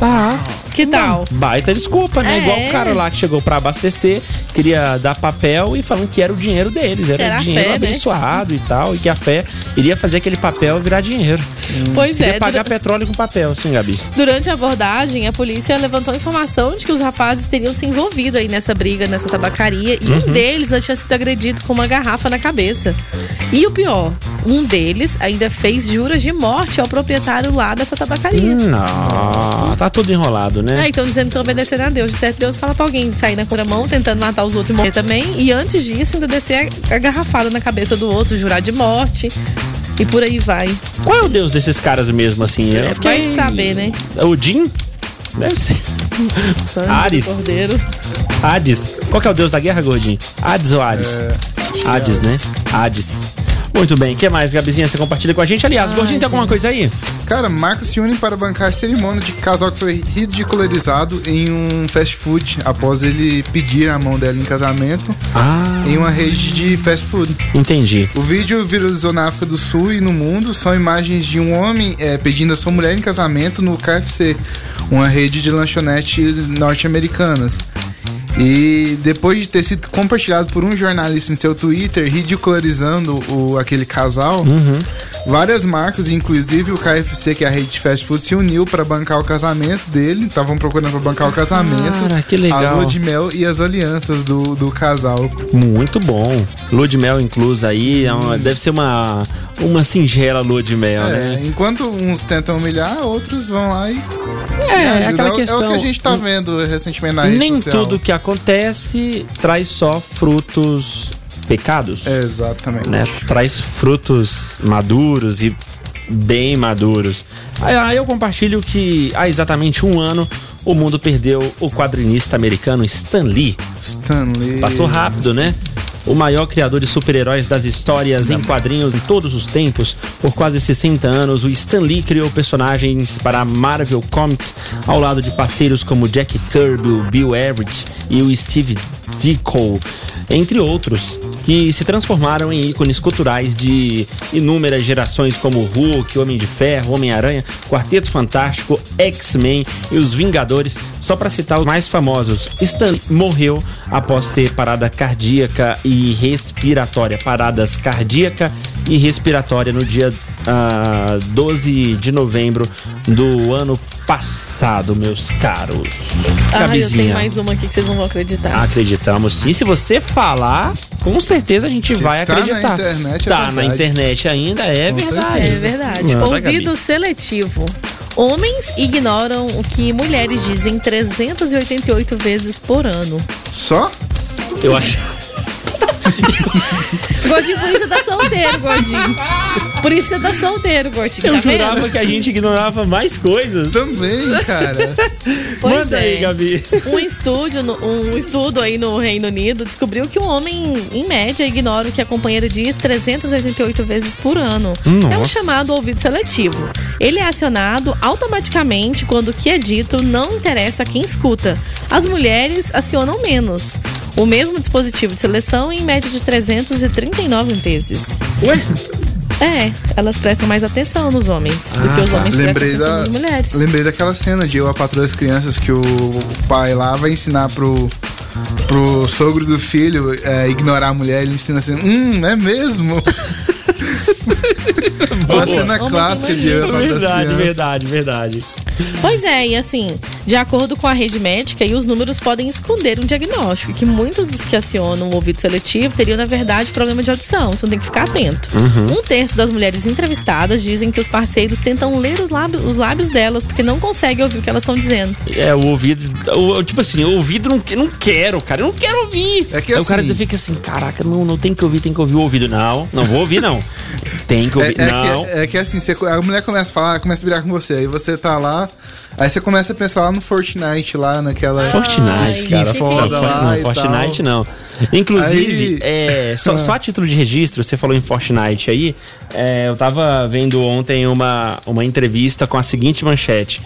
Ah. Que tal? Baita desculpa, né? É. Igual o cara lá que chegou pra abastecer, queria dar papel e falando que era o dinheiro deles, era, Era a o dinheiro fé, né? abençoado e tal, e que a fé iria fazer aquele papel virar dinheiro. Pois queria é, pagar dura- petróleo com papel, sim, Gabi. Durante a abordagem, a polícia levantou a informação de que os rapazes teriam se envolvido aí nessa briga, nessa tabacaria, e um deles já tinha sido agredido com uma garrafa na cabeça. E o pior, um deles ainda fez juras de morte ao proprietário lá dessa tabacaria. Hum. Não, tá tudo enrolado, né? É, então dizendo que estão obedecendo a Deus. De certo, Deus fala pra alguém de sair na contramão, tentando matar os outros e morrer também. E antes disso, ainda descer a a garrafada na cabeça do outro, jurar de morte. E por aí vai. Qual é o deus desses caras mesmo, assim? Eu Vai fiquei- saber, né? Odin? Deve ser. Sangue do Ares. Cordeiro. Hades. Qual que é o deus da guerra, gordinho? Hades ou Ares? Hades, né? Hades. Muito bem, o que mais, Gabizinha? Você compartilha com a gente? Ah, Aliás, gordinho, tem alguma coisa aí? Cara, marcos se unem para bancar cerimônia de casal que foi ridicularizado em um fast food após ele pedir a mão dela em casamento Ah, em uma rede de fast food. entendi. O vídeo viralizou na África do Sul e no mundo. São imagens de um homem eh, pedindo a sua mulher em casamento no KFC, uma rede de lanchonetes norte-americanas. E depois de ter sido compartilhado por um jornalista em seu Twitter, ridicularizando o, aquele casal, Uhum. várias marcas, inclusive o KFC, que é a rede de fast food, se uniu para bancar o casamento dele. Estavam procurando para bancar o casamento, Cara, que a legal. lua de mel e as alianças do, do casal. Muito bom. Lua de mel inclusa aí. é uma- Deve ser uma, uma singela lua de mel, É, né? enquanto uns tentam humilhar, outros vão lá e. É, é ajudam. aquela É o que a questão. Hum. gente tá vendo recentemente na rede Nem social. tudo que acontece traz só frutos pecados, É, Exatamente. né? Traz frutos maduros e bem maduros. Aí aí eu compartilho que há exatamente um ano o mundo perdeu o quadrinista americano Stan Lee. Stanley. Passou rápido, né? O maior criador de super-heróis das histórias em quadrinhos em todos os tempos, por quase 60 anos, o Stan Lee criou personagens para a Marvel Comics ao lado de parceiros como Jack Kirby, o Bill Everett e o Steve Ditko, entre outros. que se transformaram em ícones culturais de inúmeras gerações como Hulk, Homem de Ferro, Homem-Aranha, Quarteto Fantástico, X-Men e os Vingadores, só para citar os mais famosos. Stan Lee morreu após ter parada cardíaca e respiratória, paradas cardíaca e respiratória no dia ah, 12 de novembro do ano passado, meus caros. Ah, eu tenho Gabizinha. mais uma aqui que vocês não vão acreditar. Acreditamos. E se você falar, com certeza a gente Se vai tá na acreditar. internet, é tá verdade. na internet ainda, é Com verdade. certeza. É verdade. Manda, Ouvido Gabi. seletivo. Homens ignoram o que mulheres dizem 388 vezes por ano. Só? Eu acho. Tá Gordinho, por isso você tá solteiro, Gordinho. Por isso você tá solteiro, Gordinho. Eu tá vendo? jurava que a gente ignorava mais coisas. Também, cara. Pois Manda é. aí, Gabi. Um estúdio, no- um estudo aí no Reino Unido descobriu que um homem, em média, ignora o que a companheira diz 388 vezes por ano. É um Nossa. chamado ouvido seletivo. Ele é acionado automaticamente quando o que é dito não interessa a quem escuta. As mulheres acionam menos. O mesmo dispositivo de seleção em média de 339 vezes. Ué? É, elas prestam mais atenção nos homens do que os homens lembrei prestam da, atenção nas mulheres. lembrei daquela cena de eu a patroa das crianças que o pai lá vai ensinar pro, pro sogro do filho é, ignorar a mulher, ele ensina assim, hum, é mesmo? Uma cena clássica de eu a patroa das Verdade, crianças. verdade, verdade. Pois é, e assim, de acordo com a rede médica, e os números podem esconder um diagnóstico, que muitos dos que acionam o ouvido seletivo teriam, na verdade, problema de audição, então tem que ficar atento. Uhum. Um terço das mulheres entrevistadas dizem que os parceiros tentam ler os lábios, os lábios delas, porque não conseguem ouvir o que elas estão dizendo. É, o ouvido. o- tipo assim, o ouvido não, que- não quero, cara. Eu não quero ouvir. É que Aí o assim- cara fica assim, caraca, não, não tem que ouvir, tem que ouvir o ouvido. Não, não vou ouvir, não. Tem que É, ouvir. é não. que, é que assim, você- a mulher começa a falar, começa a brigar com você, aí você tá lá, aí você começa a pensar lá no Fortnite, lá naquela Fortnite, skin cara. é foda Fortnite, lá não, e tal. Fortnite não. Inclusive, Aí- é, só, Ah. só a título de registro, você falou em Fortnite aí. é, eu tava vendo ontem uma, uma entrevista com a seguinte manchete.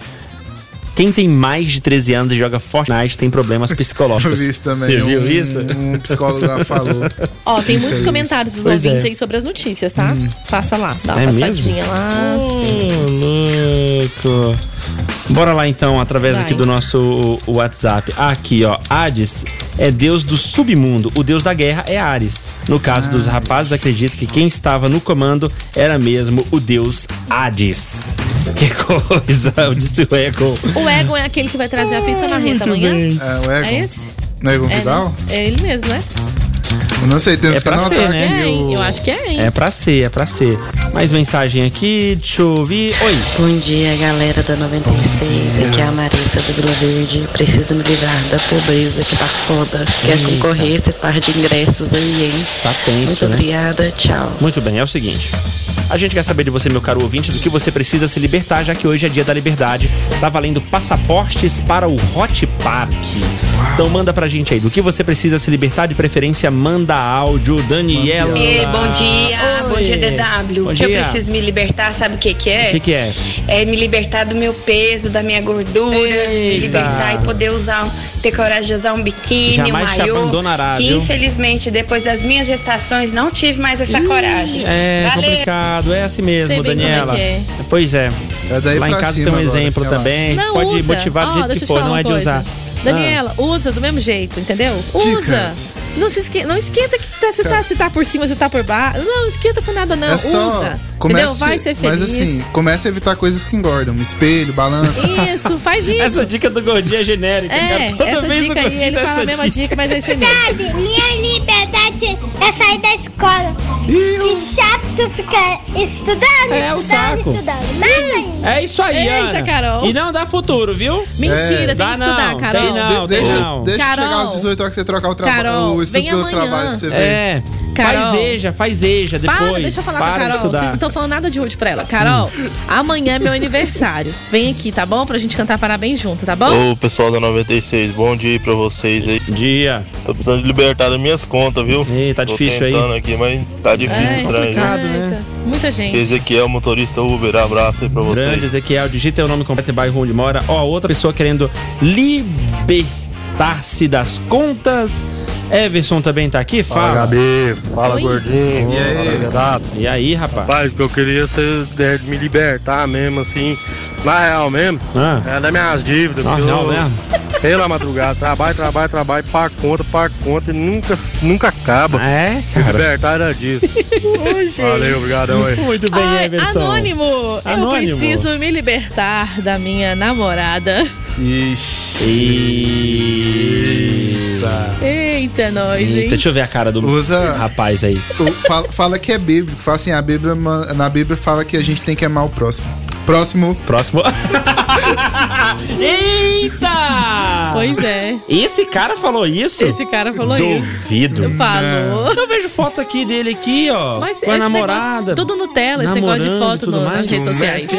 Quem tem mais de 13 anos e joga Fortnite tem problemas Eu psicológicos. vi isso também. Você viu um, isso? Um psicólogo lá falou. Ó, tem muitos Infeliz. comentários dos é Pois ouvintes é. Hum. aí sobre as notícias, tá? Passa lá, dá uma É mesmo? passadinha lá. sim. Ô, louco. Bora lá então, através Vai. aqui do nosso WhatsApp. Aqui, ó. Hades é deus do submundo. O deus da guerra é Ares. No caso Ah. dos rapazes, acredito que quem estava no comando era mesmo o deus Hades. Que coisa, disse o Echo. O Egon é aquele que vai trazer a pizza na muito reta Tá amanhã? bem. É, o Egon. É esse? Não é É, né? Vidal? É ele mesmo, né? Eu não sei, temos É pra que anotar ser, né? aqui É, hein? o- Eu acho que é, hein? É pra ser, é pra ser. Mais mensagem aqui, deixa eu ouvir. Oi. Bom dia, galera da 96. Aqui é a Marissa do Vila Verde. Preciso me livrar da pobreza que tá foda. Quer Eita. concorrer esse par de ingressos aí, hein? Tá tenso, Muito né? obrigada, tchau. Muito bem, é o seguinte. A gente quer saber de você, meu caro ouvinte, do que você precisa se libertar, já que hoje é dia da liberdade. Tá valendo passaportes para o Hot Park. Então manda pra gente aí, do que você precisa se libertar, de preferência, manda áudio, Daniela. Ei, bom dia, bom dia DW. Bom que eu dia. preciso me libertar, sabe o que que O é? que que é? É me libertar do meu peso, da minha gordura, me Eita. libertar e poder usar, um- ter coragem de usar um biquíni, Jamais um te maiô, abandonará, que viu? infelizmente depois das minhas gestações não tive mais essa coragem. É Valeu. complicado, é assim Sei mesmo, bem como é Daniela. que é. Pois é. daí Lá em pra casa cima tem um agora, exemplo fica lá. também. Não, pode usa. motivar do Ó, jeito deixa que eu te for, falar não uma é de coisa. usar. Ah. Daniela, usa do mesmo jeito, entendeu? Usa. Dicas. Não se esque... não esquenta que tá, se, tá, se tá por cima, se tá por baixo. Não, esquenta com nada, não. É só. usa. Comece, entendeu? Vai ser feliz. Mas assim, comece a evitar coisas que engordam. Espelho, balança. Isso, faz isso. Essa dica do gordinho é genérica. É, cara. Toda essa vez dica o aí, gordinho ele dá fala a essa mesma dica, mas é isso aí Sabe, minha liberdade é sair da escola. Que chato ficar estudando, É, o estudando, saco. estudando. Mas, É isso aí, Eita, Ana. Carol. E não dá futuro, viu? Mentira, tem dá que estudar, não, Carol. Tem não, De- deixa tem não. deixa Carol. chegar aos 18 horas que você trocar o, traba- Carol, o vem estudo do amanhã. trabalho. pra Você ver. É, Carol. faz eja, faz eja depois. Para, deixa eu falar para com de a Carol. Vocês não estudar. estão falando nada de hoje pra ela. Carol, amanhã é meu aniversário. Vem aqui, tá bom? Pra gente cantar parabéns junto, tá bom? Ô pessoal da 96, bom dia aí pra vocês aí. Dia. Tô precisando de libertar das minhas contas, viu? Ih, tá Tô difícil aí. tentando aqui, mas tá É difícil atrás, viu? É né? Muita gente. Ezequiel, motorista Uber, abraço aí pra vocês. Grande Ezequiel, digita o nome completo e bairro onde mora. Ó, outra pessoa querendo libertar-se das contas Everson também tá aqui? Fala. Fala, Gabi. Fala, Oi. gordinho. E aí? Fala, Renato. E aí, rapaz? Rapaz, o que eu queria ser, é, me libertar mesmo, assim. Na real mesmo. É das minhas dívidas. Ah. Na porque real eu- mesmo? Pela madrugada. Trabalho, trabalho, trabalho. Pra conta, pra conta. E nunca, nunca acaba. É, Se libertar era disso. Valeu, obrigadão aí. Muito bem, Everson. Anônimo, eu Anônimo. preciso me libertar da minha namorada. Ixi. Eita. Eita, nós, hein? Eita, deixa eu ver a cara do Usa- rapaz aí. O- Fala, fala que é bíblico. Fala assim, a Bíblia, ma- na Bíblia fala que a gente tem que amar o próximo. Próximo. Próximo. Eita! Pois é. Esse cara falou isso? Esse cara falou isso. Duvido. Falou. Eu vejo foto aqui dele aqui, ó. Mas Né? com a esse namorada. negócio- tudo Nutella, esse negócio de namorando né? e foto no- nas redes Tu sociais. mete-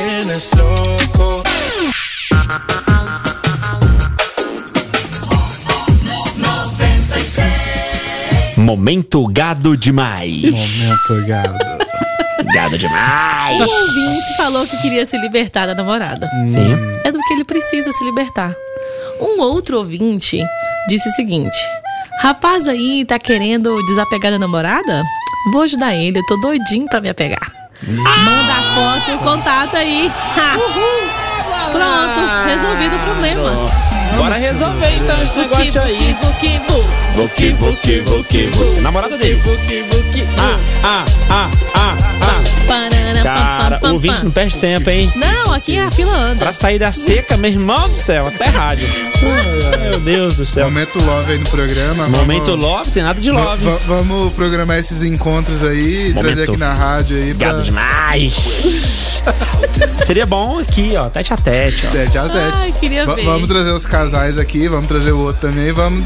Momento gado demais. Momento gado. Gado O demais. Um ouvinte falou que queria se libertar da namorada. Sim. É do que ele precisa se libertar. Um outro ouvinte disse o seguinte: Rapaz aí tá querendo desapegar da namorada? Vou ajudar ele, eu tô doidinho pra me apegar. Manda a foto e o contato aí. Pronto, resolvido o problema. Bora resolver então esse negócio aí. Voque, voque, voque, voque. Namorada dele. Ah, ah, ah, ah, ah. Cara, o ouvinte não perde tempo, hein? Não, aqui é a fila anda. Pra sair da seca, meu irmão do céu, até rádio. Meu Deus do céu. Momento love aí no programa. Momento Vamos- love, tem nada de love. Va- va- Vamos programar esses encontros aí, trazer aqui na rádio aí. Pra... Gado demais. Seria bom aqui, ó, tete a tete. Ó. Tete a tete. Ai, queria É, Va- ver. Vamos trazer os casais aqui, vamos trazer o outro também, vamos,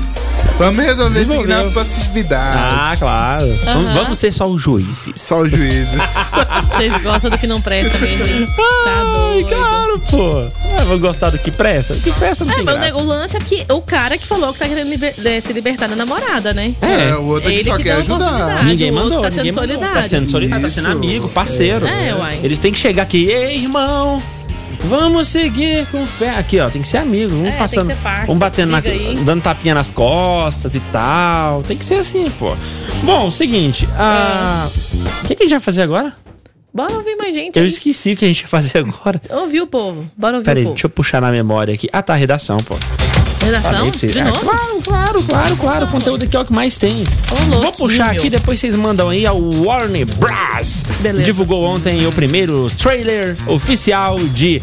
vamos resolver isso aqui na Desenvolveu. passividade. Ah, claro. Vamos- Aham. Vamos ser só os juízes. Só os juízes. Vocês gostam do que não presta mesmo. hein? Tá Ai, doido. claro, pô. Ah, vou gostar do que pressa? O que pressa não É, tem mas o graça. nego- o lance é que o cara que falou que tá querendo liber- eh, se libertar da namorada, né? É, o outro aqui Ele só que quer deu a ajudar. oportunidade, Ninguém o outro mandou, tá sendo ninguém mandou. solidário. Tá sendo solidário, tá sendo amigo, parceiro. É, uai. Eles têm que chegar aqui, ei, irmão. Vamos seguir com fé. Aqui, ó, tem que ser amigo. Um É, tem passando. que ser parça, um batendo na, liga aí. dando tapinha nas costas e tal. Tem que ser assim, pô. Bom, seguinte. ah, O que, que a gente vai fazer agora? Bora ouvir mais gente. Eu aí. esqueci o que a gente ia fazer agora. Ouvi o povo. Bora ouvir Pera aí, o povo. deixa eu puxar na memória aqui. Ah, tá, redação, pô. Redação? Falei que De é, novo? Tá Claro, claro, claro, claro. O conteúdo aqui é o que mais tem. Vou puxar aqui, depois vocês mandam aí ao Warner Bros. Beleza. Divulgou ontem o primeiro trailer oficial de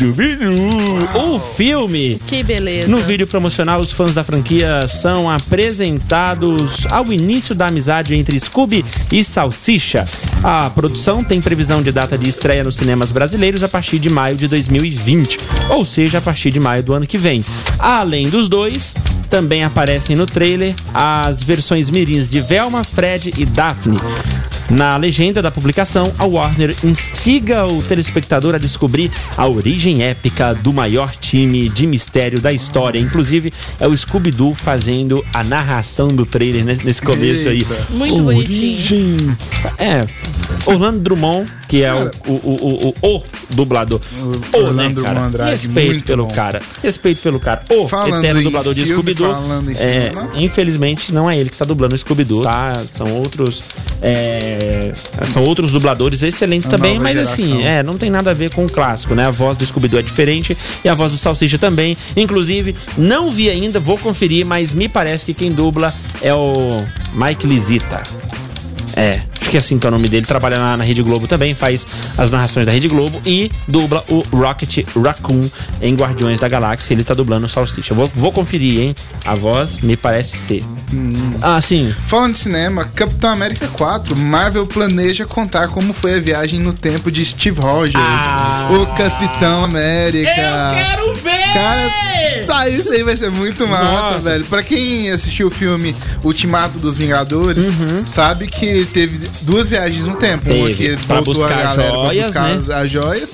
Scooby-Doo, o filme. Que beleza. No vídeo promocional, os fãs da franquia são apresentados ao início da amizade entre Scooby e Salsicha. A produção tem previsão de data de estreia nos cinemas brasileiros a partir de maio de 2020, ou seja, a partir de maio do ano que vem. Além dos dois, também aparecem no trailer as versões mirins de Velma, Fred e Daphne. Na legenda da publicação, a Warner instiga o telespectador a descobrir a origem épica do maior time de mistério da história. Inclusive, é o Scooby-Doo fazendo a narração do trailer nesse nesse começo aí. Eita. Muito origem. É. Orlando Drummond, que é o, o, o, o, o dublador. O, Orlando né, cara? Drummond Andrade, Respeito muito pelo bom. cara. Respeito pelo cara. O Falando eterno em dublador de filme, Scooby-Doo. falando em É, cinema. Infelizmente, não é ele que tá dublando o Scooby-Doo, tá? São outros. é, são outros dubladores excelentes A também, nova mas geração. assim, é, não tem nada a ver com o clássico, né? A voz do Scooby-Doo é diferente e a voz do Salsicha também. Inclusive, não vi ainda, vou conferir, mas me parece que quem dubla é o Mike Lisita. É, acho que é assim que é o nome dele. Trabalha na, na Rede Globo também, faz as narrações da Rede Globo e dubla o Rocket Raccoon em Guardiões da Galáxia. Ele tá dublando o Salsicha. Vou, vou conferir, hein? A voz me parece ser. Ah, sim. Falando de cinema, Capitão América 4, Marvel planeja contar como foi a viagem no tempo de Steve Rogers, o Capitão América. Ah. Eu quero ver! Cara, sai, isso aí vai ser muito massa, Nossa. velho. Pra quem assistiu o filme Ultimato dos Vingadores, sabe que teve duas viagens no tempo. Uma Uhum. Teve. que Pra voltou a buscar galera joias, pra buscar né? as, as joias.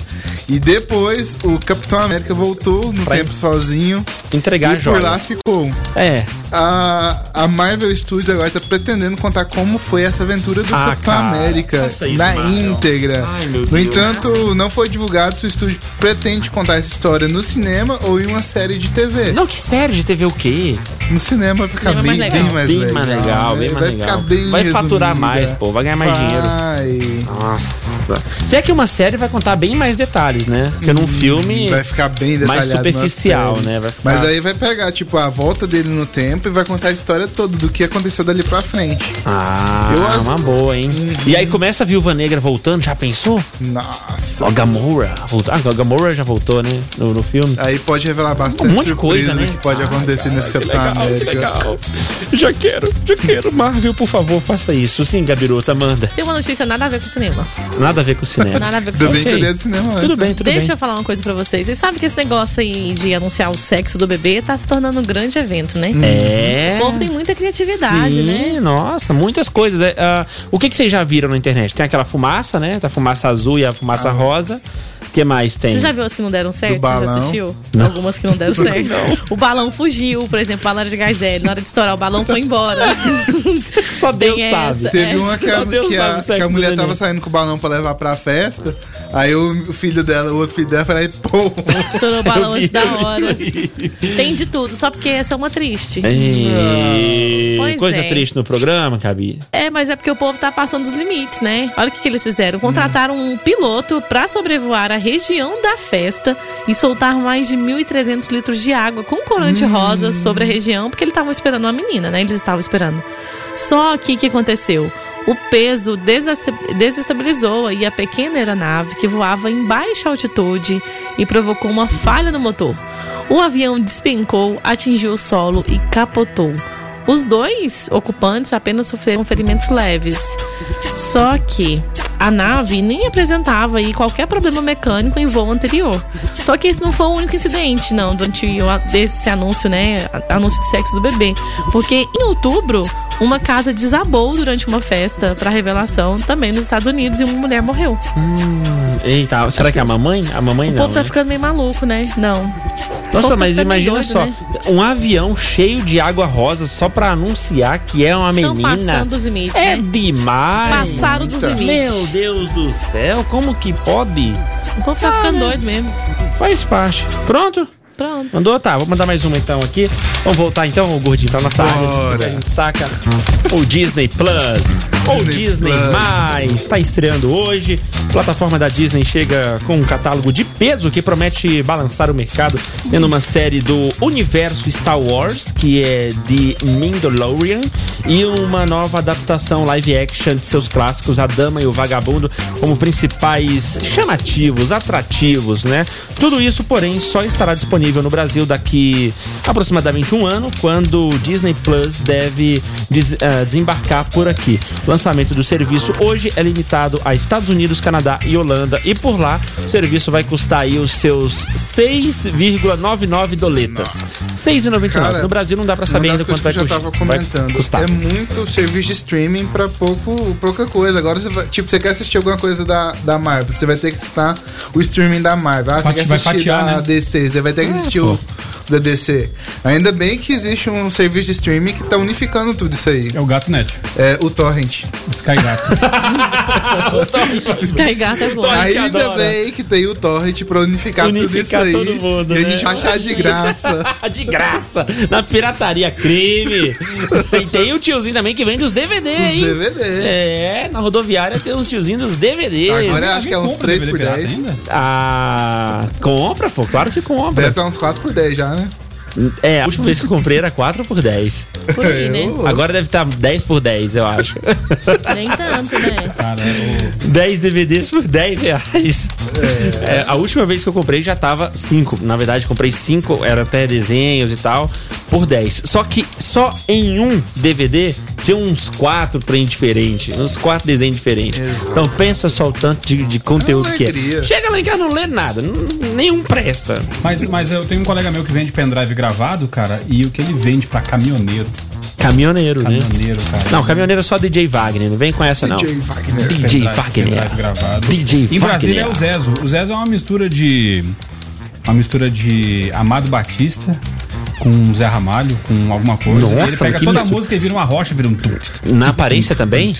E depois o Capitão América voltou no tempo sozinho. Entregar e por lá joias. ficou. É. A, a Marvel Studios agora tá pretendendo contar como foi essa aventura do Ah, Capitão cara, América faça isso, na Marvel. íntegra. Ai, meu no Deus. entanto, não foi divulgado se o estúdio pretende contar essa história no cinema ou em uma série de TV. Não, que série de TV o quê? No cinema vai ficar Cinema bem, mais legal. bem mais Bem legal. mais legal, bem né? mais vai legal. ficar bem né? Vai faturar resumida. mais, pô, vai ganhar mais dinheiro. Vai. Nossa. Se é que uma série vai contar bem mais detalhes, né? Porque num filme. Hum, Vai ficar bem detalhado. Mais na superficial, série. né? Vai ficar... Mas aí vai pegar, tipo, a volta dele no tempo e vai contar a história toda do que aconteceu dali pra frente. Ah, Eu acho- uma boa, hein? E aí começa a Viúva Negra voltando, já pensou? Nossa. Ó, Gamora. Voltou. Ah, a Gamora já voltou, né? No, no filme. Aí pode revelar bastante Um monte de surpresa coisa, do né? que pode acontecer nesse Capitão América. Já quero, já quero. Marvel, por favor, faça isso. Sim, Gabirota, manda. Tem uma notícia nada a ver com o cinema. Nada a ver com o cinema. Nada a ver com Tudo bem que eu dei do cinema né? Tudo bem, tudo Deixa É, bem. eu falar uma coisa pra vocês. Vocês sabem que esse negócio aí de anunciar o sexo do bebê tá se tornando um grande evento, né? É. O povo tem muita criatividade, Sim, né? nossa, muitas coisas. É, ah, o que, que vocês já viram na internet? Tem aquela fumaça, né? A fumaça azul e a fumaça rosa. O que mais tem? Ah. Você já viu as que não deram certo? Você já balão? assistiu? Não. Algumas que não deram certo. O balão fugiu, por exemplo, balão de gás hélio. Na hora de estourar, o balão foi embora. Só Deus É, Teve uma que a, que a- que a mulher tava estava saindo com o balão pra levar pra festa. Aí o, o filho dela, o outro filho dela, falou: aí, pô. Estourou o balão Eu vi antes da isso hora. Tem de tudo, só porque essa é uma triste. Ei, Pois coisa é. triste no programa, Cabi. É, mas é porque o povo tá passando dos limites, né? Olha o que, que eles fizeram. Contrataram um piloto pra sobrevoar a região da festa e soltar mais de 1.300 litros de água com corante rosa sobre a região, porque eles estavam esperando uma menina, né? Eles estavam esperando. Só que o que aconteceu? O peso desasta- desestabilizou aí a pequena aeronave que voava em baixa altitude e provocou uma falha no motor. O avião despencou, atingiu o solo e capotou. Os dois ocupantes apenas sofreram ferimentos leves. Só que a nave nem apresentava aí qualquer problema mecânico em voo anterior. Só que esse não foi o único incidente, não, durante o a- desse anúncio, né? a- Anúncio de sexo do bebê. Porque em outubro, uma casa desabou durante uma festa para revelação também nos Estados Unidos e uma mulher morreu. Hum, eita, será que é a mamãe? A mamãe o não. povo tá né? ficando meio maluco, né? Não. Nossa, Povo tá mas ficando imagina doido, só, né? um avião cheio de água rosa só pra anunciar que é uma Tão menina. passando os limites. É né? demais. Passaram dos limites. Meu Deus do céu, como que pode? O povo tá ficando doido mesmo. Faz parte. Pronto? Pronto. Mandou? Tá, vou mandar mais uma então aqui. Vamos voltar então, ô gordinho, pra nossa área. Bora. A gente saca. Ou Disney Plus, ou Disney Plus. Mais, tá estreando hoje. A plataforma da Disney chega com um catálogo de peso que promete balançar o mercado tendo uma série do universo Star Wars, que é The Mandalorian, e uma nova adaptação live action de seus clássicos, A Dama e o Vagabundo, como principais chamativos, atrativos, né? Tudo isso, porém, só estará disponível no Brasil daqui aproximadamente um ano, quando o Disney Plus deve des- ah, desembarcar por aqui. O lançamento do serviço hoje é limitado a Estados Unidos, Canadá e Holanda, e por lá o serviço vai custar aí os seus 6,99 doletas. 6,99. Cara, No Brasil não dá pra saber uma ainda das quanto coisas vai, que eu já cust- tava vai comentando. custar. É muito serviço de streaming pra pouco, pouca coisa. Agora, você vai- tipo, você quer assistir alguma coisa da, da Marvel, você vai ter que assinar o streaming da Marvel. Ah, você Fati- quer vai assistir fatiar, da né? DC, você vai ter É, que assistir o da DC. Ainda bem que existe um serviço de streaming que tá unificando tudo isso aí. É o GatoNet. É o Torrent. Skygato. Descarregar é tá bom. Ainda bem que tem o Torrent pra unificar, Unificar tudo isso aí. todo mundo, e né? a gente achar de graça. de graça. Na pirataria crime. e tem o tiozinho também que vende os DVD, hein? DVD. É, na rodoviária tem os tiozinhos dos DVDs. Agora eu acho que é uns 3 por 10. Ah, compra, pô, claro que compra. Deve dar uns 4 por 10 já, né? É, a última vez que eu comprei era 4 por 10. Por aí, né? Agora deve estar 10 por 10, eu acho. Nem tanto, né? 10 DVDs por 10 reais. É, a última vez que eu comprei já tava 5. Na verdade, comprei 5, era até desenhos e tal, por 10. Só que só em um DVD tinha uns 4 trem diferentes, uns 4 desenhos diferentes. Então pensa só o tanto de, de conteúdo que é. Chega lá em casa não lê nada, n- nenhum presta. Mas, mas eu tenho um colega meu que vende pendrive gravado, cara, e o que ele vende pra caminhoneiro. Caminhoneiro, né? Caminhoneiro, cara. Não, caminhoneiro é só DJ Wagner, não vem com essa não. DJ Wagner. DJ Pendrive- pendrive Wagner. gravado. DJ Em Brasília é o Wagner. Zezo. O Zezo é uma mistura de. Uma mistura de Amado Batista com Zé Ramalho, com alguma coisa. Nossa, é ele pega que toda mistu- a música e vira uma rocha, vira um. tum, tum, tum, Na aparência também?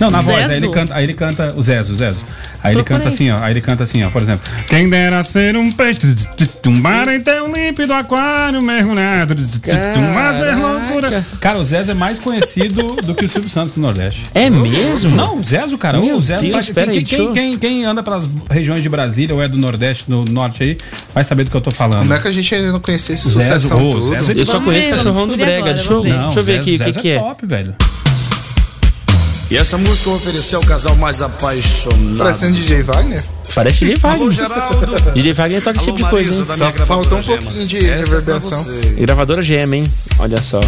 Não, na voz, aí ele Zezo? canta, aí ele canta o Zezo, o Zezo. Aí ele Procura canta aí. assim, ó, aí ele canta assim, ó, por exemplo. Quem dera ser um peixe, tum, tum, tum, tumbar em teu límpido aquário mergulhado, tum, tum, tum, mas é loucura. Cara, o Zezo é mais conhecido do que o Silvio Santos do Nordeste. É mesmo? Não, o Zezo, cara, Meu o Zezo, Deus, pra- quem- pera aí, quem, deixa eu- quem, quem, quem anda pelas regiões de Brasília ou é do Nordeste, do Norte aí, vai saber do que eu tô falando. Como é que a gente ainda não conhecia esse sucesso Zezo, ô, todo? Zezo é Eu só demais, conheço mano. cachorrão do Descobri Brega. agora, deixa eu, vou ver. deixa eu ver aqui o que, Zezo que é. top, velho. E essa música ofereceu ao casal mais apaixonado. Parecendo DJ Wagner? Parece DJ Alô, Wagner. Geraldo. DJ Wagner toca esse tipo de coisa, hein? Só faltou um pouquinho de é reverberação. Gravadora Gema, hein? Olha só.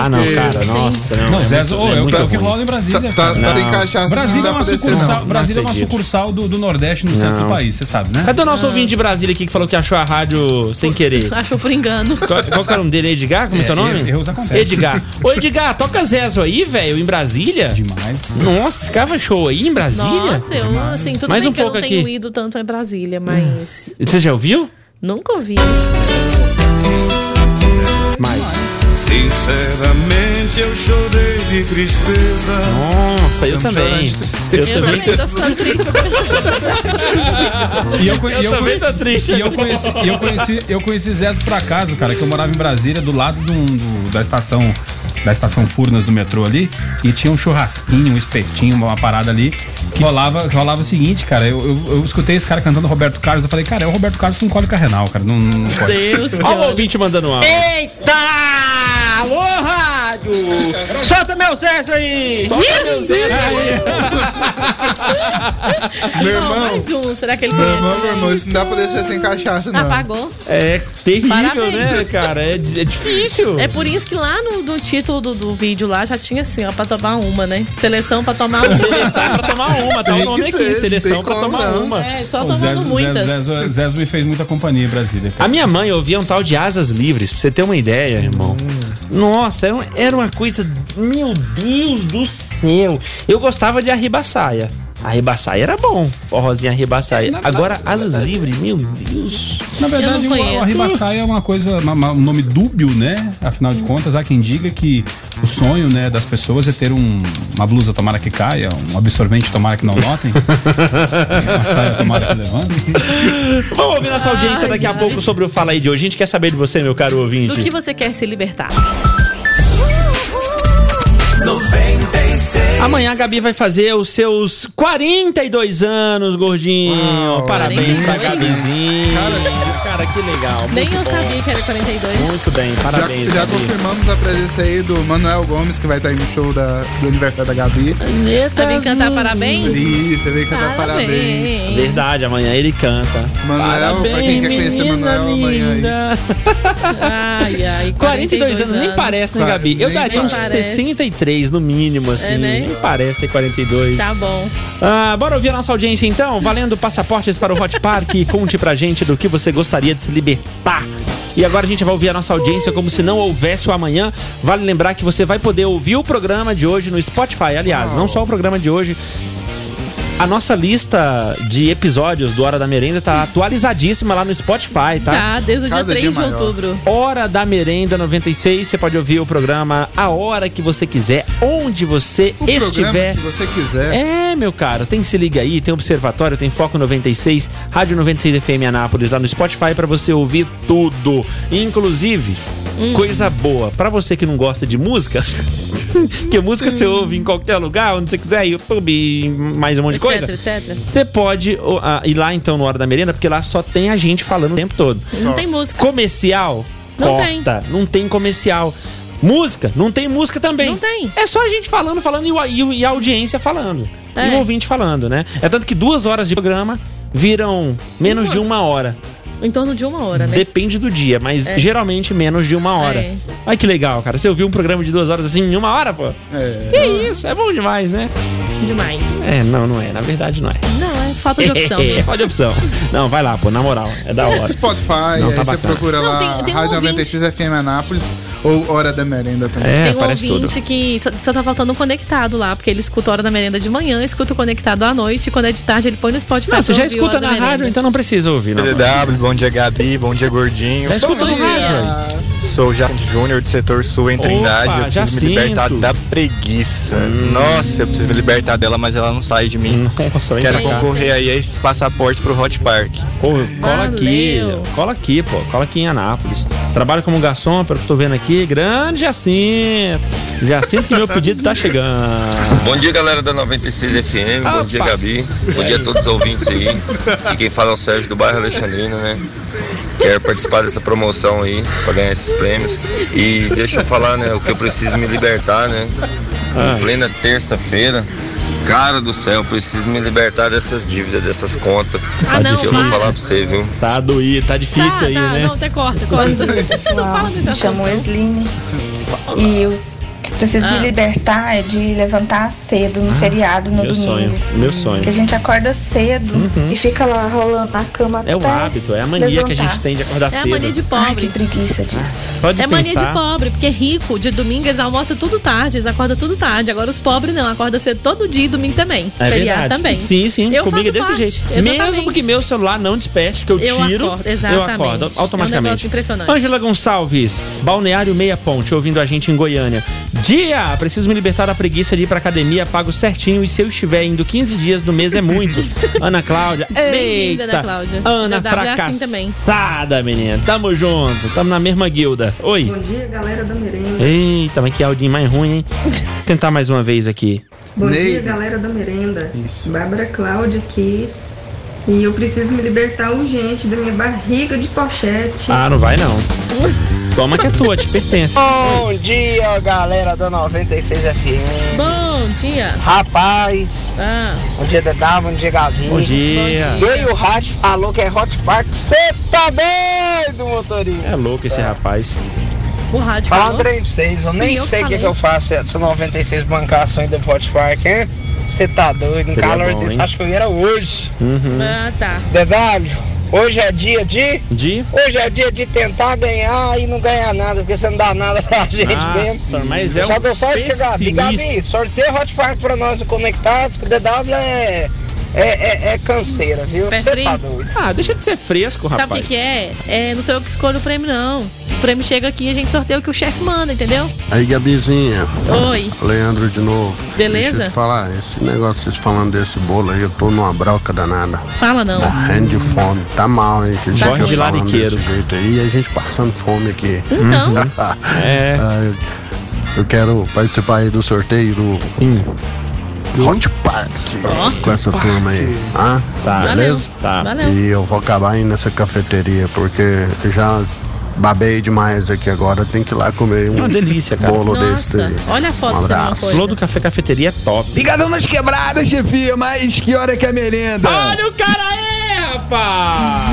Ah, não, cara, nossa. Não, Não, é Zezo, muito- ô, é é, o que- muito é o que ruim. rola em Brasília. Tá- tá- cara. tá em cachaça, Brasília não dá é pra uma descer, sucursal, não. Brasília é uma Não acredito. sucursal do, do Nordeste no centro do Não. país, você sabe, né? Cadê o nosso ouvinte de Brasília aqui que falou que achou a rádio sem querer? Achou por engano. Qual, qual que é o nome dele? Edgar? Como é, que é o É, nome? erros acontecem. Edgar. Ô, Edgar, toca Zezo aí, velho, em Brasília. Demais. Nossa, esse cara vai show aí em Brasília? Nossa, eu, assim, tudo Mais bem um que eu não pouco tenho aqui. ido tanto em Brasília, mas Hum. Você já ouviu? nunca ouvi isso. Mais. Sinceramente, eu chorei de tristeza. Nossa, eu também. Eu também tô E eu, conhe- Eu e eu também conhe- tô triste E eu agora. conheci, e eu conheci, eu conheci Zezo por acaso, cara, que eu morava em Brasília, do lado de um- do- da estação da estação Furnas do metrô ali, e tinha um churrasquinho, um espetinho, uma parada ali, que rolava, rolava o seguinte, cara, eu, eu, eu escutei esse cara cantando Roberto Carlos, eu falei, cara, é o Roberto Carlos com cólica renal, cara, não, não não pode. Deus, Olha o ouvinte mandando áudio. Eita! Alô, rádio! Solta meu Zezo aí! Solta meu Zezo Meu Não, irmão. mais um, será que ele Meu conhece? Ah, irmão, meu irmão, isso não dá pra descer sem cachaça, não. Apagou. É terrível, Parabéns. né, cara? É, di- é difícil. É por isso que lá no, no título do, do vídeo lá já tinha assim, ó, pra tomar uma, né? Seleção pra tomar uma. Seleção pra tomar uma, tá o Tem nome que aqui, ser, seleção tem pra como tomar não. uma. É, só Pô, tomando Zezo, muitas. Zezo, Zezo, Zezo me fez muita companhia em Brasília, cara. A minha mãe ouvia um tal de asas livres, pra você ter uma ideia, irmão. Nossa, era, um- era uma coisa. Meu Deus do céu! Eu gostava de arribaçaia. Arribaçaia era bom, forrozinho arribaçaia. Agora, asas livres, meu Deus. Na verdade, Eu o, não o conheço. Arribaçaia é uma coisa, uma- uma- um nome dúbio, né? Afinal de contas, há quem diga que o sonho né, das pessoas é ter um- uma blusa tomara que caia, um absorvente tomara que não notem, uma saia tomara que levante. Vamos ouvir nossa audiência Ai, daqui a ai. pouco sobre o Fala aí de hoje. A gente quer saber de você, meu caro ouvinte. Do que você quer se libertar? Amanhã a Gabi vai fazer os seus 42 anos, gordinho. Parabéns pra 42? Gabizinho. Cara, que legal. Nem muito eu bom. sabia que era 42. Muito bem, parabéns, já, já Gabi. confirmamos a presença aí do Manuel Gomes, que vai estar aí no show da, do aniversário da Gabi. Vai vir cantar parabéns? Isso, vem Tá cantar parabéns. Verdade, amanhã ele canta. Manuel, pra quem quer conhecer Manuel amanhã aí. Ai, ai. 42 anos, nem parece, né, Tá, Gabi? Eu nem daria uns parece. 63 no mínimo, assim. né? Nem parece ter 42. Tá bom. Ah, bora ouvir a nossa audiência então? Valendo passaportes para o Hot Park. Conte pra gente do que você gostaria de se libertar. E agora a gente vai ouvir a nossa audiência como se não houvesse o amanhã. Vale lembrar que você vai poder ouvir o programa de hoje no Spotify. Aliás, não só o programa de hoje. A nossa lista de episódios do Hora da Merenda tá atualizadíssima lá no Spotify, tá? Tá, desde o dia 3 de outubro. Hora da Merenda 96. Você pode ouvir o programa a hora que você quiser, onde você O programa estiver. que você quiser. É, meu caro, tem Se Liga Aí, tem Observatório, tem Foco 96, Rádio 96 FM Anápolis, lá no Spotify pra você ouvir tudo. Inclusive, coisa boa, pra você que não gosta de músicas, que música você ouve em qualquer lugar, onde você quiser, YouTube, mais um monte de Etc, coisa. etc. Você pode ó, ah, ir lá então no Hora da Merenda, porque lá só tem a gente falando o tempo todo. Não tem música. Comercial? Não corta. Não tem comercial. Música? Não tem música também. Não tem. É só a gente falando, falando e, o- e o- e a audiência falando. É. E o ouvinte falando, né? É tanto que duas horas de programa viram menos de uma hora. Em torno de uma hora, né? Depende do dia, mas É. geralmente menos de uma hora. É. Olha que legal, cara. Você ouviu um programa de duas horas assim em uma hora, pô? É. Que isso, é bom demais, né? Demais. É, não, não é. Na verdade, não é. Não, é falta de opção. É, falta de opção. Não, vai lá, pô, na moral. É da hora. Spotify, Não, aí tá você bacana. procura Não, lá tem- tem um Rádio 96 FM Anápolis ou Hora da Merenda também. É, Tem um ouvinte que só, só tá faltando um conectado lá, porque ele escuta a hora da merenda de manhã, escuta o conectado à noite, e quando é de tarde ele põe no Spotify. Não, você pra já ouvir a escuta Hora da na Merenda. rádio, então não precisa ouvir. Não. www.radiomerenda.com.br Bom dia, Gabi. Bom dia, Gordinho. Tá escutando Bom o rádio, dia. Sou Jacinto Júnior do setor sul em Opa, Trindade. eu preciso Jacinto. me libertar da preguiça. Hum. Nossa, eu preciso me libertar dela, mas ela não sai de mim. Quero É. pra cá. concorrer aí a esse passaporte pro Hot Park. Cola aqui, Valeu. cola aqui, pô. Cola aqui em Anápolis. Trabalho como garçom, pelo que eu tô vendo aqui. Grande Jacinto. Jacinto que meu pedido tá chegando. Bom dia, galera da 96 FM. Bom dia, Gabi. Bom dia a todos os ouvintes aí. Aqui quem fala é o Sérgio do bairro Alexandrino, né? Quero participar dessa promoção aí para ganhar esses prêmios. E deixa eu falar, né? O que eu preciso me libertar, né? Em plena terça-feira. Cara do céu, eu preciso me libertar dessas dívidas, dessas contas. Ah, não, eu vou vai. falar pra você, viu? Tá doído, tá difícil aí, Ah, não, até corta, corta. Não fala desse Me chamo assunto, não. Esline e eu preciso Ah. me libertar é de levantar cedo no Ah, feriado, no Meu domingo. sonho, meu sonho. Que a gente acorda cedo e fica lá rolando na cama Uhum. É o tá até hábito, é a mania que a levantar. gente tem de acordar cedo. Ai, que preguiça disso. Só de é mania pensar. É de pobre, porque rico, de domingo eles almoçam tudo tarde, eles acordam tudo tarde. Agora os pobres não, acordam cedo todo dia, e domingo também. É feriado verdade. também. Sim, sim. Eu Comigo é faço desse parte, jeito. exatamente. Mesmo que meu celular não desperte, que eu Eu tiro, acordo, exatamente. acordo É um automaticamente. negócio impressionante. Ângela Gonçalves, Balneário Meia Ponte, ouvindo a gente em Goiânia. Dia! Preciso me libertar da preguiça de ir pra academia, pago certinho e se eu estiver indo 15 dias no mês é muito. Ana Cláudia. Bem-vinda, Eita! Ana Cláudia. Ana Da W é assim também. fracassada, menina. Tamo junto, tamo na mesma guilda. Oi. Bom dia, galera da merenda. Eita, mas que áudio mais ruim, hein? Vou Tentar mais uma vez aqui. Bom dia, galera da merenda. Bárbara Cláudia aqui. E eu preciso me libertar urgente da minha barriga de pochete. Ah, não vai não. Toma que é tua, te pertence. Bom dia, galera da 96 FM. Bom dia. Ah, Rapaz. Bom dia, Dedá. Bom dia, Gabi. Bom dia. Bom dia. E aí, o rádio falou que é Hot Park. Você tá doido, motorista? É louco esse rapaz. O rádio Fala um falou. trem pra vocês. Eu Fui nem eu que sei o que, é falei. que eu faço. assim. Essa 96 bancação ainda pro Hot Park, hein? Você tá doido. Um Seria calor bom, desse, hein? acho que eu era hoje. Uhum. Ah, tá. DW, hoje é dia de. De? Hoje é dia de tentar ganhar e não ganhar nada, porque você não dá nada pra gente Nossa, mesmo. mas é Só um dou sorte que Gabi, Gabi, pessimista. sorteio Hot Park pra nós do Conectados, que o DW é, é, é, é canseira, viu? Você tá doido. Ah, deixa de ser fresco, rapaz. Sabe o que, que é? É, Não sou eu que escolho o prêmio, não. O prêmio chega aqui e a gente sorteia o que o chefe manda, entendeu? Aí, Gabizinha. Oi. Leandro de novo. Beleza? Deixa eu te falar, esse negócio, vocês falando desse bolo aí, eu tô numa brauca danada. Fala não. Morrendo de fome, tá mal, hein? Vocês Tá ficam de falando lariqueiro. um Hum? Desse jeito aí, e a gente passando fome aqui. Hum, Então. tá. é. Ah, eu quero participar aí do sorteio do. Hum. Hot Park. Com essa turma aí. Ah, Tá. Beleza? Valeu. Tá. Valeu. E eu vou acabar indo nessa cafeteria, porque eu já babei demais aqui agora. Tem que ir lá comer um Uma delícia, cara. bolo desse daí. olha a foto Um pra você ver uma abraço. coisa. Flor do Café Cafeteria é top. Ligadão nas quebradas, chefia, mas que hora que é a merenda? Olha o cara aí, rapaz!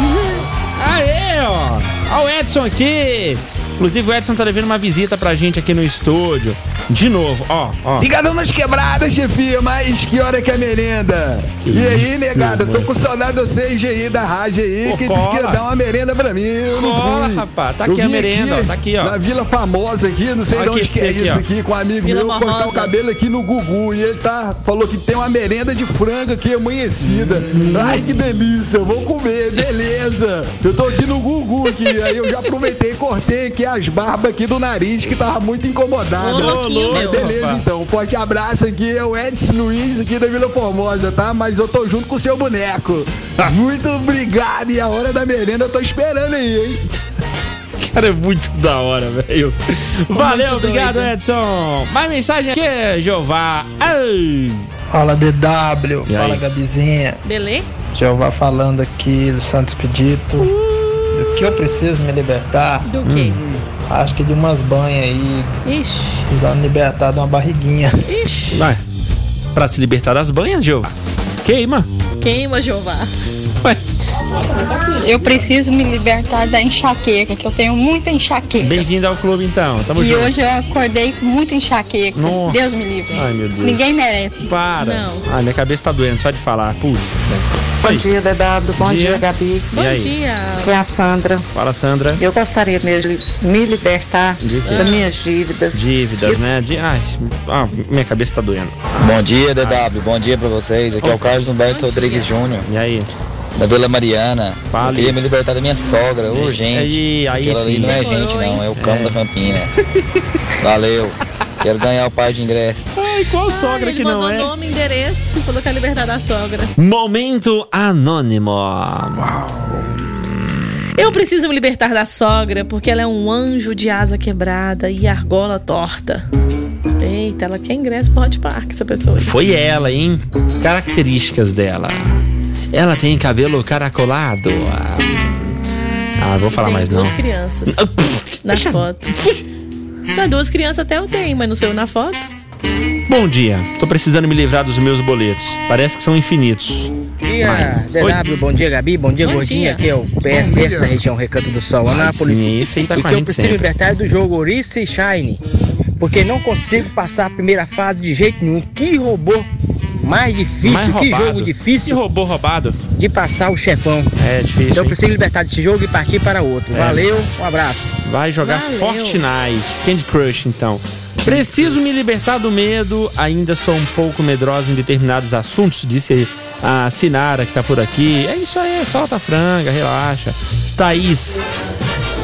Aê, ó! Ó o Edson aqui! Inclusive, o Edson tá devendo uma visita pra gente aqui no estúdio. De novo, ó, ó. Ligadão nas quebradas, chefia, mas que hora que é a merenda? Que e aí, isso, negado, tô mano. com saudade de vocês aí da rádio aí, Pô, que disse que ia cola. dar uma merenda pra mim. Eu não Cola, fui. rapaz, tá Eu aqui a vim merenda, ó, tá aqui, ó. Na Vila Famosa aqui, não sei Ó de aqui onde que pra é você aqui, isso ó. aqui, com um amigo Vila meu, cortar o Formosa. cabelo aqui no Gugu, e ele tá, falou que tem uma merenda de frango aqui, amanhecida. Ai, que delícia, eu vou comer, beleza. Eu tô aqui no Gugu aqui, aí eu já aproveitei e cortei aqui as barbas aqui do nariz, que tava muito incomodado. Ô, louquinho, meu. Beleza, então, um forte abraço aqui, é o Edson Luiz aqui da Vila Formosa, tá? Mas eu tô junto com o seu boneco. Ah. Muito obrigado e a hora da merenda eu tô esperando aí, hein? Esse cara é muito da hora, velho. Valeu, obrigado, Edson. Mais mensagem aqui, Jeová. Ai. Fala DW, E aí? fala Gabizinha. Beleza? Jeová falando aqui do Santos Pedito. Do que eu preciso me libertar? Do quê? Hum. Acho que de umas banhas aí. Ixi. Precisando libertar de uma barriguinha. Ixi. Vai. Pra se libertar das banhas, Jeová. Queima. Queima, Jeová. Ué, Eu preciso me libertar da enxaqueca, que eu tenho muita enxaqueca. bem-vindo ao clube, então. Tamo e junto. hoje eu acordei com muita enxaqueca. Nossa. Deus me livre. Ai, meu Deus. Ninguém merece. Para. Ah, minha cabeça tá doendo só de falar. Putz. Bom dia, DW. Bom Dia. dia, Gabi. Bom E aí? dia. Aqui é a Sandra. Fala, Sandra. Eu gostaria mesmo de me libertar De quê? das minhas dívidas. Dívidas, né? Di- Ai, ah, minha cabeça tá doendo. Bom dia, DW. Bom dia pra vocês. Aqui é o Carlos Humberto Rodrigues Júnior. E aí? da Vila Mariana. Eu queria me libertar da minha sogra, urgente. Aí- aí Aquela ali sim. né? não é Demorou, gente, não, é o campo É. da Campina. Valeu. Quero ganhar o par de ingresso. Ai, qual sogra ele que mandou não é? nome, endereço, falou que é a liberdade da sogra. Momento anônimo. Eu preciso me libertar da sogra porque ela é um anjo de asa quebrada e argola torta. Eita, ela quer ingresso pro Hot Park, essa pessoa. aí. Foi ela, hein? Características dela. Ela tem cabelo caracolado. Ah, ah, vou falar Tem mais não. Ah, duas crianças. na foto. Mas duas crianças até eu tenho, mas não sei eu na foto. Bom dia. Tô precisando me livrar dos meus boletos. Parece que são infinitos. Bom dia, Mas- VW, bom dia, Gabi, bom dia, Bom Gordinha, dia. aqui é o Bom PSS dia. da região Recanto do Sol, Ai, Anápolis. sim, esse aí tá e com a que eu gente preciso sempre. libertar é do jogo Ouriça e Shine, porque não consigo passar a primeira fase de jeito nenhum. Que robô mais difícil, Mais que roubado. jogo difícil. Que robô roubado. De passar o chefão. É difícil. Então eu hein? preciso libertar desse jogo e partir para outro. É. Valeu, um abraço. Vai jogar Valeu. Fortnite, Candy Crush então. Preciso me libertar do medo, ainda sou um pouco medrosa em determinados assuntos, disse a Sinara que tá por aqui. É isso aí, solta a franga, relaxa. Thaís.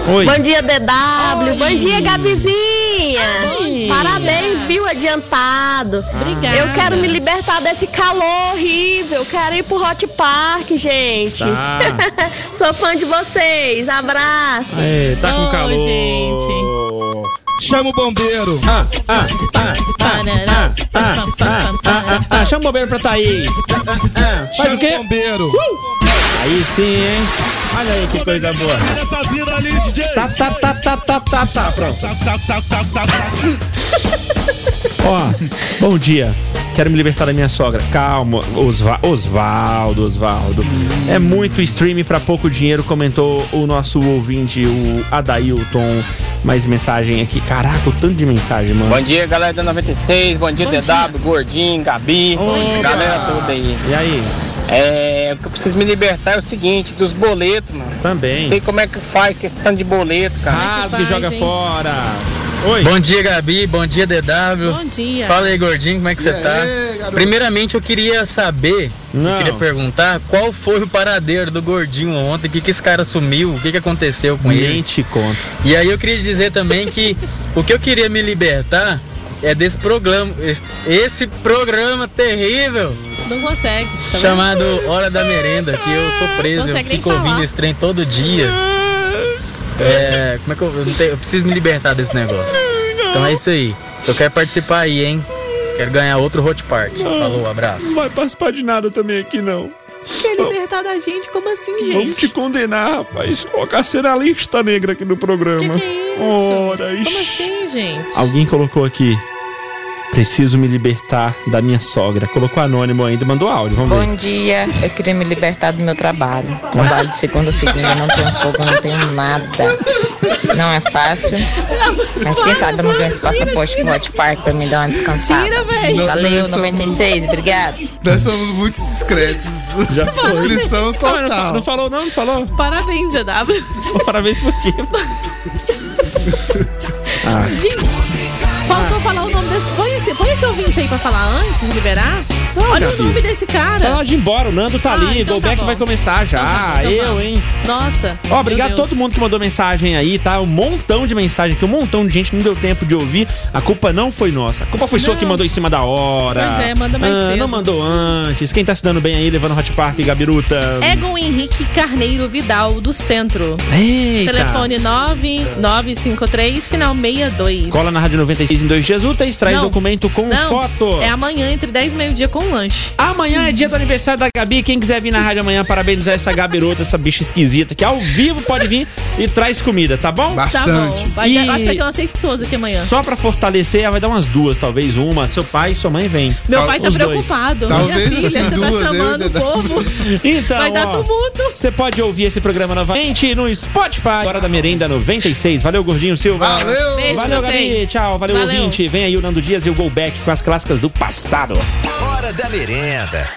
Oi. Bom dia, DW. Bom dia, Gabizinha. Bom dia. Parabéns, viu? Adiantado. Obrigada. Eu quero me libertar desse calor horrível. Quero ir pro Hot Park, gente. Tá. Sou fã de vocês. Abraço. É, tá com calor. Chama o bombeiro. Ah, ah, ah, ah, ah, ah, ah, ah, ah. Chama o bombeiro pra Thaís. Chama o bombeiro. Aí sim, hein? Olha aí que coisa boa. Tá vindo ali, DJ. Tá, tá, tá, tá, tá, tá, tá, pronto. Tá, tá, tá, tá, tá, tá. Ó, bom dia. Quero me libertar da minha sogra. Calma, Osva Osvaldo, Osvaldo. É muito stream pra pouco dinheiro, comentou o nosso ouvinte, o Adailton. Mais mensagem aqui. Caraca, o tanto de mensagem, mano. Bom dia, galera da 96. Bom dia, DW, Gordinho, Gabi, galera toda aí. E aí? É, o que eu preciso me libertar é o seguinte, dos boletos, mano. Também. Não sei como é que faz com esse tanto de boleto, cara. Rasga e joga fora. Oi. Bom dia, Gabi. Bom dia, DW. Bom dia. Fala aí, gordinho, como é que você tá? Primeiramente, eu queria saber, eu queria perguntar qual foi o paradeiro do gordinho ontem, o que, que esse cara sumiu, o que, que aconteceu com ele. Nem te conto. E aí eu queria dizer também que o que eu queria me libertar é desse programa, esse- esse programa terrível Não consegue. tá vendo? chamado Hora da Merenda, que eu sou preso, eu Consegue nem fico falar. ouvindo esse trem todo dia. É, como é que eu, eu não tenho- eu preciso me libertar desse negócio. Então é isso aí. Eu quero participar aí, hein? Quero ganhar outro Hot Park. Falou, abraço. Ah, Não vai participar de nada também aqui, não. Quer libertar da gente? Como assim, gente? te condenar, rapaz. Colocar ser a lista negra aqui no programa. Ora, é Como assim, gente? Alguém colocou aqui. Preciso me libertar da minha sogra. Colocou anônimo ainda, mandou áudio. Vamos ver. Bom dia, eu queria me libertar do meu trabalho. Trabalho de segunda a segunda, não tenho fogo, não tenho nada. Não é fácil. Tá Mas quem sabe eu é não ganho esse passaporte pro Hot Park pra me dar uma descansada. Tá. Tira, véi. Valeu, Nós somos- 96, obrigado. Nós somos muito discretos. Já foi. Não, Inscrição mas não total. fa- não falou, não? Não falou? Parabéns, EW. Parabéns por quê? Ah. Gente, faltou falar o nome desse. Põe esse, põe esse ouvinte aí pra falar antes de liberar. Olha Gabi. o nome desse cara. Tá na hora de ir embora, o Nando Ah, tá ali, então o Golbeck vai começar já. tá eu, hein? Nossa. Ó, obrigado a Meu todo mundo que mandou mensagem aí, tá? Um montão de mensagem aqui, um montão de gente não deu tempo de ouvir. A culpa não foi nossa. A culpa foi sua que mandou em cima da hora. Pois é, manda mais ah, cedo. Não mandou antes. Quem tá se dando bem aí, levando Hot Park e Gabiruta? Egon Henrique Carneiro Vidal, do centro. Eita. Telefone 9953, final 62. Cola na Rádio 96 em dois dias úteis, traz Não. documento com Não, foto. É amanhã, entre 10 e meio-dia, com lanche. Amanhã é dia do aniversário da Gabi. Quem quiser vir na rádio amanhã, parabenizar essa gabirota, essa bicha esquisita, que ao vivo pode vir e traz comida, tá bom? Tá bom. Vai e dar- acho que vai ter umas seis pessoas aqui amanhã. só pra fortalecer, ela vai dar umas duas, talvez uma. Seu pai e sua mãe vêm. Meu pai tá Os dois. preocupado. Talvez Minha filha, assim, você duas, eu e tá o chamando o Dedé. povo. Então, Vai dar ó, tumulto. Você pode ouvir esse programa novamente no Spotify. Hora da Merenda 96. Valeu, Gordinho Silva. Valeu. Beijo Valeu, pra Gabi. vocês. Tchau. Valeu, Valeu. ouvinte. Vem aí o Nando Dias e o Golbeck com as clássicas do passado. Hora da merenda.